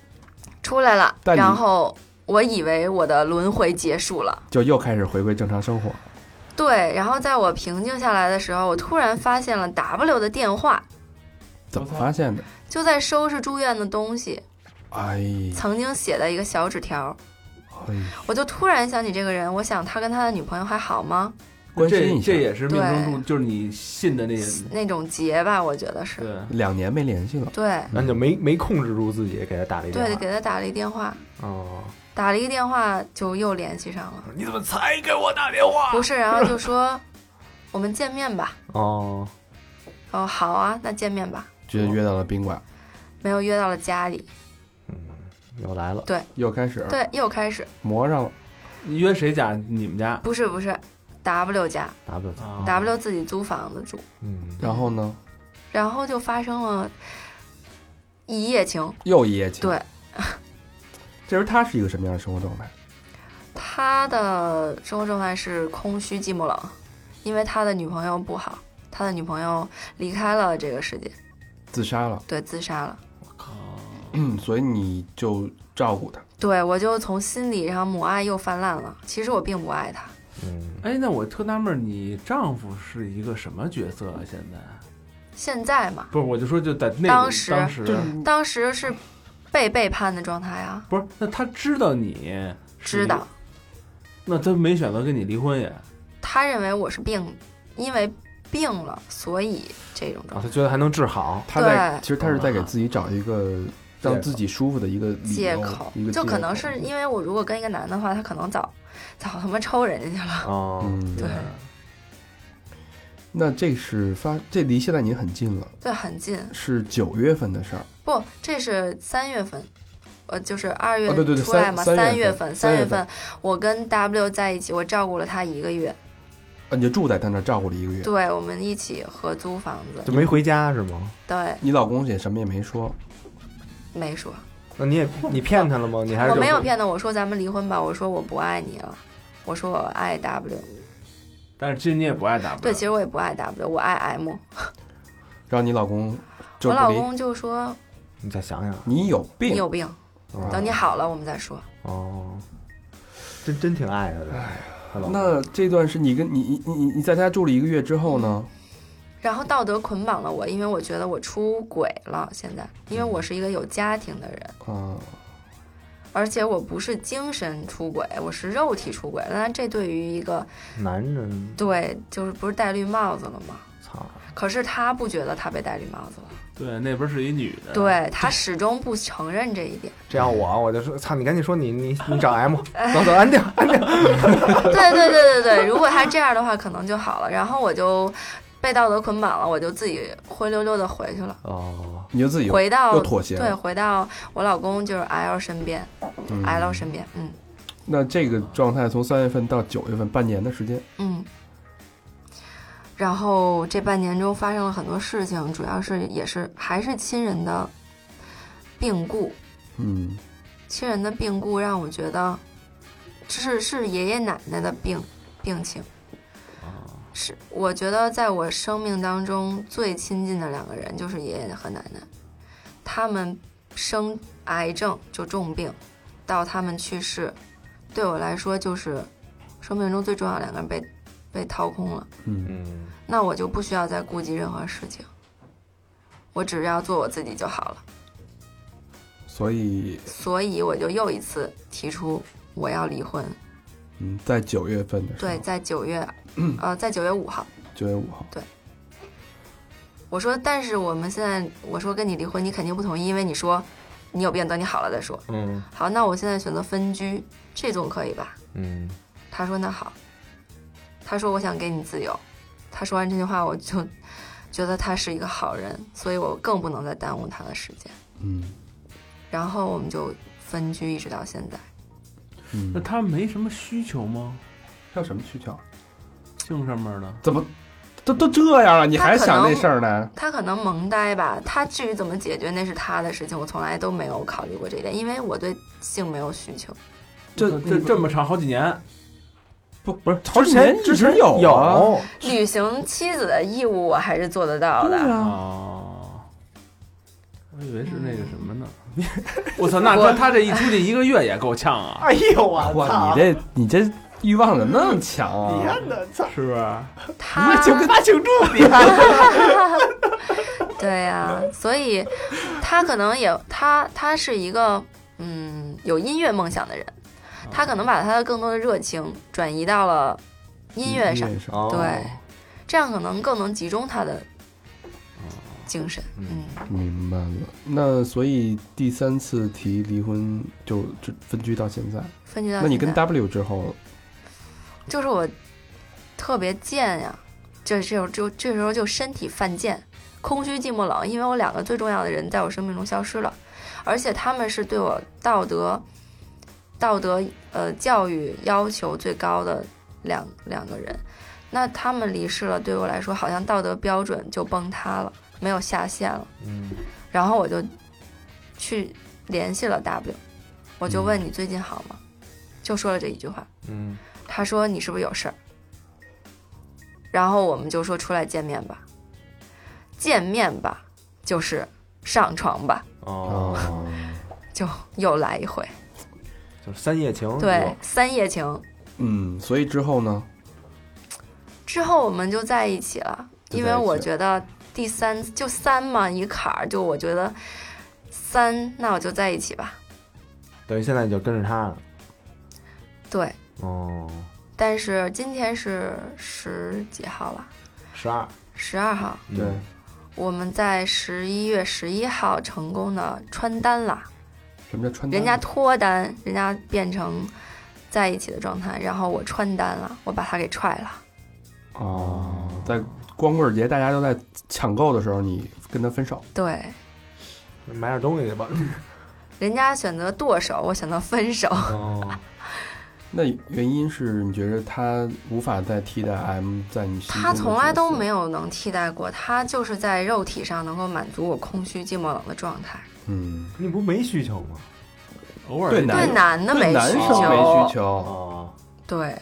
Speaker 7: 出来了，
Speaker 5: 但你
Speaker 7: 然后我以为我的轮回结束了。
Speaker 5: 就又开始回归正常生活。
Speaker 7: 对，然后在我平静下来的时候，我突然发现了 W 的电话，
Speaker 5: 怎么发现的？
Speaker 7: 就在收拾住院的东西，
Speaker 5: 哎，
Speaker 6: 嗯
Speaker 7: 曾经写的一个小纸条。
Speaker 5: 哎
Speaker 7: 我就突然想起这个人，我想他跟他的女朋友还好吗？
Speaker 5: 关心
Speaker 3: 这
Speaker 5: 一下
Speaker 3: 这。也是命中
Speaker 7: 对
Speaker 3: 注，就是你信的那些。
Speaker 7: 那种结吧，我觉得是。
Speaker 3: 对，
Speaker 5: 两年没联系了，
Speaker 7: 对
Speaker 6: 那你就没没控制住自己，给他打了一电
Speaker 7: 对，
Speaker 6: 话。
Speaker 7: 给他打了一电话，
Speaker 6: 哦，
Speaker 7: 打了一个电话就又联系上了。
Speaker 6: 你怎么才给我打电话
Speaker 7: 不是，然后就说我们见面吧。
Speaker 6: 哦，
Speaker 7: 哦，好啊，那见面吧。
Speaker 5: 直接约到了宾馆，
Speaker 7: 没有约到了家里，
Speaker 6: 又来了，
Speaker 5: 又开
Speaker 6: 嗯
Speaker 5: 始
Speaker 7: 对，又开始，
Speaker 5: 磨上了。
Speaker 3: 你约谁家？你们家？
Speaker 7: 不是不是，W 家、
Speaker 6: 打不了。
Speaker 1: 哦
Speaker 3: 啊
Speaker 7: W 自己租房子住，
Speaker 6: 嗯，
Speaker 5: 然后呢，
Speaker 7: 然后就发生了一夜情。
Speaker 5: 又一夜情。
Speaker 7: 对，
Speaker 5: 这时候他是一个什么样的生活状态？
Speaker 7: 他的生活状态是空虚、寂寞、冷，因为他的女朋友不好，他的女朋友离开了这个世界，
Speaker 5: 自杀了，
Speaker 7: 对，自杀了。
Speaker 5: 嗯，所以你就照顾他。
Speaker 7: 对我就从心理上母爱又泛滥了。其实我并不爱他，
Speaker 6: 嗯，
Speaker 3: 哎，那我特纳闷儿，你丈夫是一个什么角色啊？现在
Speaker 7: 现在嘛，
Speaker 3: 不是，我就说就在那个
Speaker 7: 当时
Speaker 3: 当时
Speaker 7: 当时是被背叛的状态啊，
Speaker 3: 不是，那他知道你是
Speaker 7: 知道，
Speaker 3: 那他没选择跟你离婚也。
Speaker 7: 他认为我是病，因为病了，所以这种
Speaker 6: 啊，
Speaker 7: 状态
Speaker 6: 他觉得还能治好，
Speaker 7: 啊
Speaker 5: 他在
Speaker 7: 对
Speaker 5: 其实他是在给自己找一个让自己舒服的一个理由
Speaker 7: 借口
Speaker 5: 一个，
Speaker 7: 就
Speaker 5: 借
Speaker 7: 可能是因为我如果跟一个男的话，他可能早早他妈抽人家去了。
Speaker 6: 哦，
Speaker 5: 嗯，
Speaker 7: 对，
Speaker 5: 那这是发这离现在已经很近了，
Speaker 7: 对，很近，
Speaker 5: 是九月份的事儿。
Speaker 7: 不，这是三月份，呃，就是二月
Speaker 5: 哦对对对
Speaker 7: 出来
Speaker 5: 三
Speaker 7: 嘛，
Speaker 5: 三月
Speaker 7: 月
Speaker 5: 份
Speaker 7: 份，
Speaker 5: 三
Speaker 7: 三
Speaker 5: 月份
Speaker 7: 份，我跟 W 在一起，我照顾了他一个月，
Speaker 5: 啊，你就住在他那儿照顾了一个月，
Speaker 7: 对我们一起合租房子，
Speaker 6: 就没回家是吗？
Speaker 7: 对，
Speaker 5: 你老公也什么也没说，
Speaker 7: 没说，
Speaker 6: 那你也你骗他了吗？你还是
Speaker 7: 我
Speaker 6: 就
Speaker 7: 没有骗他，我说咱们离婚吧，我说我不爱你了，我说我爱 W，
Speaker 3: 但是其实你也不爱打扮。啊
Speaker 7: 对，其实我也不爱 W，我爱 M，
Speaker 5: 然后你老公就
Speaker 7: 我
Speaker 5: 不
Speaker 7: 老
Speaker 5: 理，
Speaker 7: 公就说
Speaker 6: 你再想想，
Speaker 5: 你有
Speaker 7: 你
Speaker 5: 病，啊
Speaker 7: 有病，
Speaker 6: 嗯
Speaker 7: 等你好了我们再说，
Speaker 6: 哦，真真挺爱他的，他老公
Speaker 5: 那这段是你跟你你你你在他住了一个月之后呢？
Speaker 7: 然后道德捆绑了我，因为我觉得我出轨了，现在，因为我是一个有家庭的人。
Speaker 5: 啊，
Speaker 7: 而且我不是精神出轨，我是肉体出轨。那这对于一个
Speaker 6: 男人，
Speaker 7: 对，就是不是戴绿帽子了吗？
Speaker 6: 操，
Speaker 7: 可是他不觉得他被戴绿帽子了，
Speaker 3: 对，那边是一女的。，
Speaker 7: 对他始终不承认这一点。
Speaker 6: 这要我我就说，操，你赶紧说你你你 找 M，走走，安定安定，
Speaker 7: 对对对对对，如果他这样的话，可能就好了。然后我就被道德捆绑了，我就自己灰溜溜的回去了，
Speaker 6: 哦，
Speaker 5: 你就自己
Speaker 7: 回到
Speaker 5: 又妥协
Speaker 7: 对，
Speaker 5: 了。
Speaker 7: 回到我老公就是 L 身边、
Speaker 5: 嗯
Speaker 7: l 身边，嗯
Speaker 5: 那这个状态从三月份到九月份，半年的时间，
Speaker 7: 嗯。然后这半年中发生了很多事情，主要是也是还是亲人的病故，
Speaker 5: 嗯，
Speaker 7: 亲人的病故让我觉得是是爷爷奶奶的病病情，是我觉得在我生命当中最亲近的两个人就是爷爷和奶奶，他们生癌症就重病，到他们去世，对我来说就是生命中最重要的两个人被被掏空了。
Speaker 6: 嗯，
Speaker 7: 那我就不需要再顾及任何事情，我只要做我自己就好了。
Speaker 5: 所以
Speaker 7: 所以我就又一次提出我要离婚。
Speaker 5: 嗯，在九月份的时
Speaker 7: 对，
Speaker 5: 候，
Speaker 7: 在九月，呃，在九月五号，
Speaker 5: 九月五号，
Speaker 7: 我说，但是我们现在，我说跟你离婚，你肯定不同意，因为你说你有病，等你好了再说。
Speaker 6: 嗯
Speaker 7: 好，那我现在选择分居，这总可以吧？
Speaker 6: 嗯，
Speaker 7: 他说那好，他说我想给你自由。他说完这句话，我就觉得他是一个好人，所以我更不能再耽误他的时间。
Speaker 5: 嗯
Speaker 7: 然后我们就分居，一直到现在。
Speaker 5: 嗯，
Speaker 3: 那他没什么需求吗？
Speaker 5: 他有什么需求？
Speaker 3: 性上面的，
Speaker 5: 怎么都都这样啊了，你
Speaker 7: 他
Speaker 5: 还
Speaker 7: 可
Speaker 5: 想那
Speaker 7: 能
Speaker 5: 事儿呢？
Speaker 7: 他可能萌呆吧，他至于怎么解决那是他的事情，我从来都没有考虑过这一点，因为我对性没有需求。
Speaker 3: 这这这么长好几年，
Speaker 5: 不不是，
Speaker 6: 之前之前
Speaker 5: 有啊，
Speaker 6: 有，
Speaker 7: 履行妻子的义务，我还是做得到的。
Speaker 3: 哦，我以为是那个什么呢。我操，那他他这一出去一个月也够呛啊，
Speaker 6: 哎呦我
Speaker 5: 哇，
Speaker 6: 操！
Speaker 5: 你这你这欲望怎么那么强啊？
Speaker 6: 看的，操！
Speaker 3: 是不是？
Speaker 7: 他
Speaker 6: 他庆祝你啊！
Speaker 7: 对呀、所以他可能也他他是一个嗯有音乐梦想的人，他可能把他的更多的热情转移到了音乐上，
Speaker 6: 哦
Speaker 7: 对，这样可能更能集中他的精神。嗯，
Speaker 5: 明白了。那所以第三次提离婚就就分居到现在。
Speaker 7: 分析到
Speaker 5: 那你
Speaker 7: 现
Speaker 5: 跟
Speaker 7: 在
Speaker 5: W 之后，
Speaker 7: 就是我特别贱呀，这这时候就这时候就身体犯贱，空虚寂寞冷，因为我两个最重要的人在我生命中消失了，而且他们是对我道德道德呃教育要求最高的两两个人，那他们离世了，对我来说好像道德标准就崩塌了，没有下限了。
Speaker 6: 嗯
Speaker 7: 然后我就去联系了 W，我就问你最近好吗？就说了这一句话。
Speaker 6: 嗯
Speaker 7: 他说你是不是有事儿？然后我们就说出来见面吧，见面吧，就是上床吧，
Speaker 6: 哦，
Speaker 5: 啊
Speaker 7: 就又来一回。
Speaker 6: 就是三夜
Speaker 5: 哦
Speaker 6: 情，
Speaker 7: 对，三夜情
Speaker 5: 嗯，所以之后呢，
Speaker 7: 之后我们就在一起了，
Speaker 5: 就在一
Speaker 7: 因
Speaker 5: 起了
Speaker 7: 为我觉得第三就三嘛，一坎儿，就我觉得三，那我就在一起吧。
Speaker 6: 等于现在你就跟着他了。
Speaker 7: 对，
Speaker 6: 哦，
Speaker 7: 但是今天是十几号了，
Speaker 6: 十二，
Speaker 7: 十二号，
Speaker 6: 嗯
Speaker 5: 对，
Speaker 7: 我们在十一月十一号成功的穿单了。
Speaker 5: 什么叫穿搭？
Speaker 7: 人家脱单，人家变成在一起的状态，然后我穿单了，我把他给踹了。
Speaker 5: 哦，在光棍节大家都在抢购的时候，你跟他分手，
Speaker 7: 对，
Speaker 6: 买点东西去吧。
Speaker 7: 人家选择剁手，我选择分手。
Speaker 6: 哦，
Speaker 5: 那原因是你觉得他无法再替代 M 在你心中的
Speaker 7: 他从来都
Speaker 5: 角色
Speaker 7: 没，有能替代过，他就是在肉体上能够满足我空虚、寂寞、冷的状态。
Speaker 5: 嗯，
Speaker 6: 你不没需求吗？
Speaker 3: 偶尔
Speaker 5: 对
Speaker 3: 一
Speaker 5: 男
Speaker 7: 对男的没
Speaker 5: 对男
Speaker 7: 需
Speaker 5: 生没需
Speaker 7: 求，
Speaker 5: 求，
Speaker 6: 哦，
Speaker 7: 对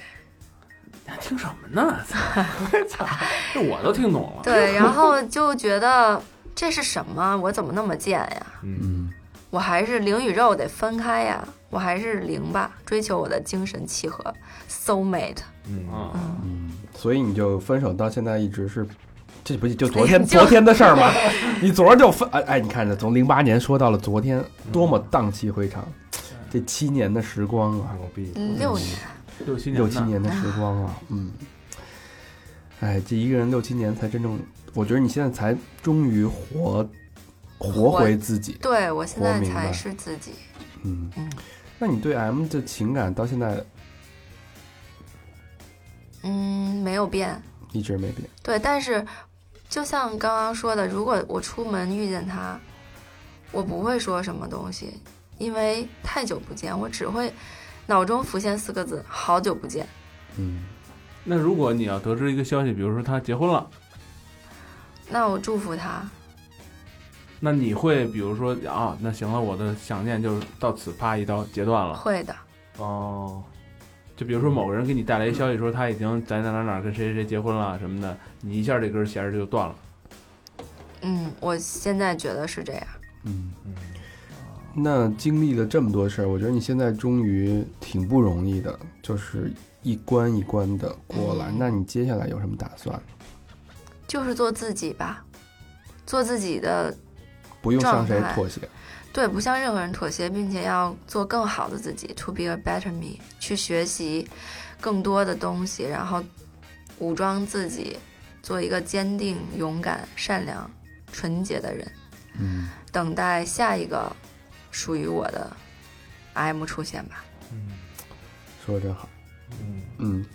Speaker 3: 还听什么呢？ 操这我都听懂了。
Speaker 7: 对，然后就觉得这是什么？我怎么那么贱呀？
Speaker 6: 嗯，
Speaker 5: 嗯，
Speaker 7: 我还是灵与肉得分开呀，我还是灵吧，追求我的精神契合，soul mate。
Speaker 6: 嗯，
Speaker 3: 嗯，
Speaker 5: 所以你就分手到现在一直是。这不就昨天
Speaker 7: 就
Speaker 5: 昨天的事儿吗？你昨儿就分哎哎，你看这从零八年说到了昨天，多么荡气回肠！这七年的时光啊，
Speaker 6: 牛逼，
Speaker 7: 六年，
Speaker 3: 六七年，
Speaker 5: 六七，年的时光啊，嗯，哎，这一个人六七年才真正，我觉得你现在才终于活活回自己，
Speaker 7: 对我现在
Speaker 5: 我明白
Speaker 7: 才是自己。
Speaker 5: 嗯
Speaker 7: 嗯
Speaker 5: 那你对 M 的情感到现在
Speaker 7: 嗯，没有变。
Speaker 5: 一直没变，
Speaker 7: 对，但是就像刚刚说的，如果我出门遇见他，我不会说什么东西，因为太久不见，我只会脑中浮现四个字：好久不见。
Speaker 5: 嗯，
Speaker 3: 那如果你要得知一个消息，比如说他结婚了，
Speaker 7: 那我祝福他，
Speaker 3: 那你会比如说啊，那行了，我的想念就是到此啪一刀截断
Speaker 5: 啊
Speaker 3: 了。
Speaker 7: 会的，
Speaker 6: 哦，
Speaker 3: 就比如说某个人给你带来一消息说他已经在哪哪哪跟谁谁谁结婚了什么的，你一下这根弦儿就断了。
Speaker 7: 嗯，我现在觉得是这样。
Speaker 5: 嗯，那经历了这么多事儿，我觉得你现在终于挺不容易的，就是一关一关的过来。
Speaker 7: 嗯
Speaker 5: 那你接下来有什么打算？
Speaker 7: 就是做自己吧，做自己的，
Speaker 5: 不用向
Speaker 7: 状
Speaker 5: 谁
Speaker 7: 态
Speaker 5: 妥协，
Speaker 7: 对，不向任何人妥协，并且要做更好的自己，to be a better me，去学习更多的东西，然后武装自己，做一个坚定、勇敢、善良、纯洁的人，
Speaker 5: 嗯，
Speaker 7: 等待下一个属于我的 M 出现吧。
Speaker 5: 说的真好。
Speaker 6: 嗯，
Speaker 5: 嗯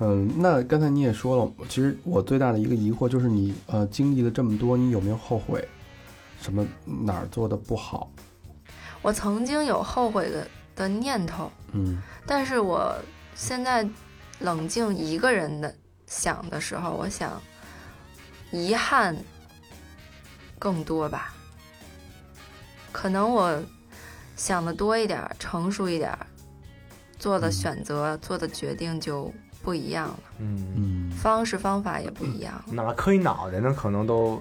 Speaker 5: 嗯，那刚才你也说了，其实我最大的一个疑惑就是你呃经历了这么多，你有没有后悔？什么哪儿做的不好？
Speaker 7: 我曾经有后悔的的念头，
Speaker 5: 嗯
Speaker 7: 但是我现在冷静一个人的想的时候，我想遗憾更多吧。可能我想的多一点儿，成熟一点儿，做的选择、做的决定就不一样了，
Speaker 6: 嗯，
Speaker 5: 嗯，
Speaker 7: 方式方法也不一样了。
Speaker 6: 哪怕磕一脑袋呢，可能都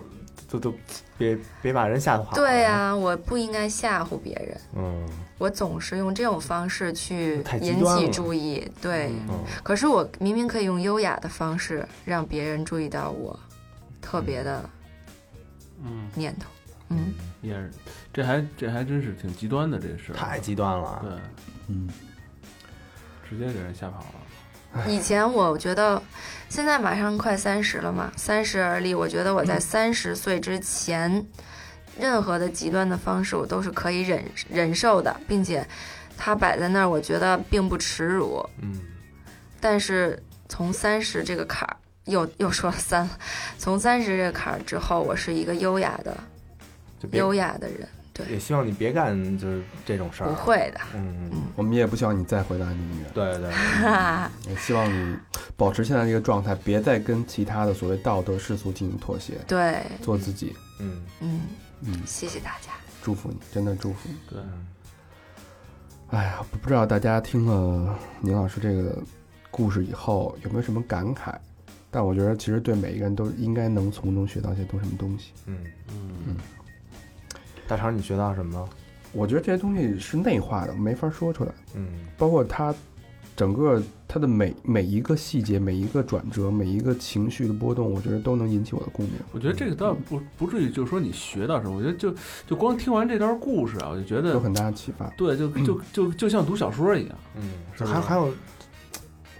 Speaker 6: 都都别别把人吓跑了。
Speaker 7: 对呀、我不应该吓唬别人，
Speaker 6: 嗯，
Speaker 7: 我总是用这种方式去
Speaker 6: 太极
Speaker 7: 引
Speaker 6: 端
Speaker 7: 起
Speaker 6: 了
Speaker 7: 注意。对，
Speaker 6: 嗯
Speaker 7: 可是我明明可以用优雅的方式让别人注意到我特别的
Speaker 3: 嗯，
Speaker 7: 念头。嗯，
Speaker 3: 也是，这还这还真是挺极端的这事儿，
Speaker 6: 太极端了。
Speaker 3: 对，
Speaker 5: 嗯，
Speaker 3: 直接给人吓跑了。
Speaker 7: 嗯以前我觉得，现在马上快三十了嘛，三十而立，我觉得我在三十岁之前，任何的极端的方式我都是可以忍忍受的，并且它摆在那儿，我觉得并不耻辱。
Speaker 6: 嗯，
Speaker 7: 但是从三十这个坎儿，又又说了三了，从三十这个坎儿之后，我是一个优雅的、
Speaker 6: 就别
Speaker 7: 优雅的人，
Speaker 6: 也希望你别干就是这种事儿。
Speaker 7: 不，会的。
Speaker 6: 嗯，嗯
Speaker 5: 我们也不希望你再回到你女儿，
Speaker 6: 对对，
Speaker 7: 哈，
Speaker 5: 也希望你保持现在这个状态，别再跟其他的所谓道德世俗进行妥协，
Speaker 7: 对，
Speaker 5: 做自己。
Speaker 6: 嗯
Speaker 7: 嗯，
Speaker 5: 嗯，
Speaker 7: 谢谢大家。
Speaker 5: 祝福你，真的祝福你。
Speaker 3: 对，
Speaker 6: 嗯，
Speaker 5: 哎呀，不不知道大家听了宁老师这个故事以后有没有什么感慨？但我觉得其实对每一个人都应该能从中学到一些东什么东西。
Speaker 6: 嗯，
Speaker 3: 嗯，
Speaker 6: 大肠，你学到什么了？
Speaker 5: 我觉得这些东西是内化的，没法说出来。
Speaker 6: 嗯
Speaker 5: 包括他整个他的每每一个细节、每一个转折、每一个情绪的波动，我觉得都能引起我的共鸣。
Speaker 3: 我觉得这个倒不不至于，就是说你学到什么，我觉得就就光听完这段故事啊，我就觉
Speaker 5: 有
Speaker 3: 得
Speaker 5: 很大的启发。
Speaker 3: 对，就就就就像读小说一样，
Speaker 6: 嗯，
Speaker 3: 是
Speaker 6: 还还有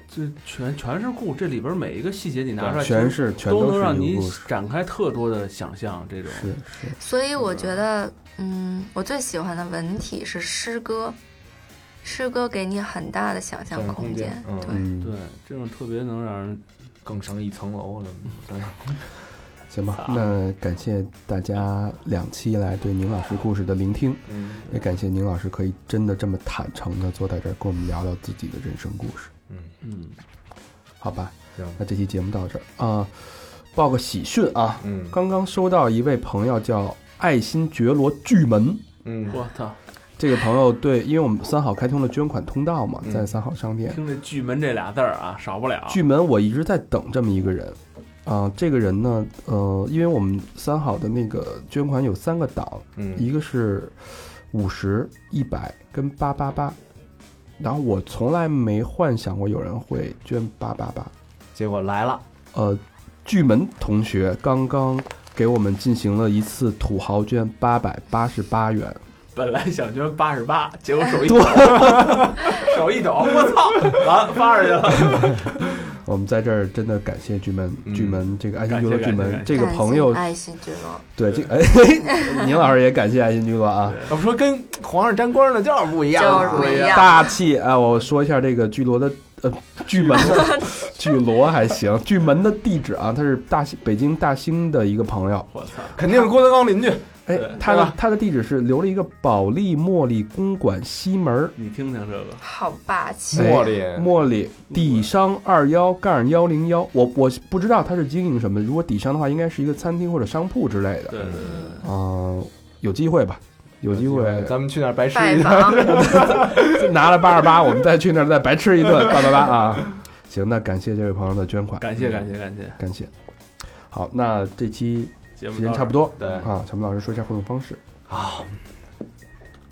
Speaker 3: 这全全是故，这里边每一个细节你拿出来，
Speaker 5: 全是全
Speaker 3: 都
Speaker 5: 都
Speaker 3: 能
Speaker 5: 是
Speaker 3: 让
Speaker 5: 一
Speaker 3: 你
Speaker 5: 个故事
Speaker 3: 展开特多的想象。这种
Speaker 5: 是是，
Speaker 7: 所以我觉得，嗯，我最喜欢的文体是诗歌，诗歌给你很大的想象空间
Speaker 6: 想象空。间
Speaker 7: 对，
Speaker 5: 嗯
Speaker 3: 对，这种特别能让人
Speaker 6: 更上一层楼了。对
Speaker 5: 行吧，那
Speaker 3: 啊
Speaker 5: 感谢大家两期来对宁老师故事的聆听，
Speaker 6: 嗯
Speaker 5: 也感谢宁老师可以真的这么坦诚的坐在这儿跟我们聊聊自己的人生故事，
Speaker 6: 嗯，
Speaker 3: 嗯，
Speaker 5: 好吧？
Speaker 6: 行，
Speaker 5: 那这期节目到这儿啊、报个喜讯啊，
Speaker 6: 嗯
Speaker 5: 刚刚收到一位朋友叫爱新觉罗巨门。
Speaker 6: 嗯，
Speaker 3: 我操，
Speaker 5: 这个朋友对，因为我们三好开通了捐款通道嘛，
Speaker 6: 嗯
Speaker 5: 在三好商店。
Speaker 3: 听这“巨门”这俩字儿啊，少不了。
Speaker 5: 巨门，我一直在等这么一个人，啊、这个人呢，呃，因为我们三好的那个捐款有三个档，
Speaker 6: 嗯
Speaker 5: 一个是五十、一百跟八八八，然后我从来没幻想过有人会捐八八八。
Speaker 6: 结果来了，
Speaker 5: 呃，巨门同学刚刚给我们进行了一次土豪捐八百八十八元，
Speaker 3: 本来想捐八十八，结果手一抖， 手一抖，我操，完发出去了。
Speaker 5: 我们在这儿真的感谢巨门，
Speaker 6: 嗯
Speaker 5: 巨门这个爱
Speaker 3: 感
Speaker 5: 新
Speaker 3: 谢
Speaker 5: 觉
Speaker 3: 感
Speaker 5: 罗巨
Speaker 3: 谢
Speaker 5: 门
Speaker 3: 感
Speaker 5: 这个朋友，
Speaker 7: 爱惜之罗，
Speaker 5: 对这个哎， 宁老师也感谢爱新觉罗啊，
Speaker 6: 要不说跟皇上沾光的就是不一样，
Speaker 7: 就是不一样
Speaker 5: 大气啊！我说一下这个巨罗的呃巨门 的巨罗还行，巨门的地址啊，他是大兴北京大兴的一个朋友，
Speaker 3: 我操，
Speaker 6: 肯定是郭德纲邻居。
Speaker 5: 哎
Speaker 3: 对，
Speaker 5: 他
Speaker 6: 对
Speaker 5: 的
Speaker 6: 吧
Speaker 5: 他的地址是留了一个保利茉莉公馆西门儿
Speaker 3: 你听听这个，
Speaker 7: 好霸气！
Speaker 5: 哎
Speaker 6: 茉莉
Speaker 5: 茉莉底商二幺杠幺零幺，我我不知道他是经营什么，如果底商的话，应该是一个餐厅或者商铺之类的。
Speaker 3: 对对对对。
Speaker 5: 嗯，有机会吧，有机会
Speaker 6: 咱们去那儿白吃
Speaker 7: 拜
Speaker 6: 一下。
Speaker 7: 访，
Speaker 5: 拿了八十八，我们再去那儿再白吃一顿 八八八啊！行，那感谢这位朋友的捐款，
Speaker 3: 感谢感谢感谢，
Speaker 5: 感谢。好，那这期
Speaker 3: 节目
Speaker 5: 时间
Speaker 3: 到
Speaker 5: 差不
Speaker 3: 这儿
Speaker 5: 多
Speaker 6: 对
Speaker 5: 啊，小明老师说一下互动方式。
Speaker 6: 啊，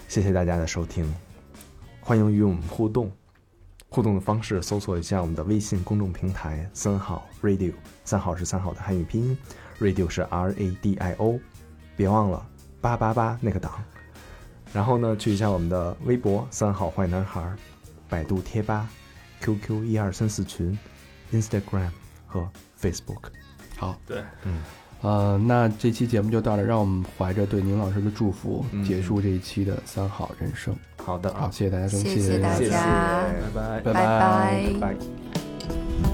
Speaker 6: 谢谢大家的收听，欢迎与我们互动。互动的方式，搜索一下我们的微信公众平台“三好 radio”，三好是三好的汉语拼音，radio 是 R A D I O，别忘了八八八那个档。然后呢，去一下我们的微博“三好坏男孩”、百度贴吧、QQ 一二三四群、Instagram 和 Facebook。
Speaker 5: 好，
Speaker 3: 对，
Speaker 6: 嗯，
Speaker 5: 呃，那这期节目就到这儿，让我们怀着对宁老师的祝福，
Speaker 6: 嗯
Speaker 5: 结束这一期的三好人生。
Speaker 6: 好的啊
Speaker 5: 好，，谢谢大家收听，
Speaker 7: 谢谢大
Speaker 6: 谢谢，
Speaker 7: 家
Speaker 6: 拜拜。
Speaker 5: 拜
Speaker 7: 拜拜
Speaker 6: 拜拜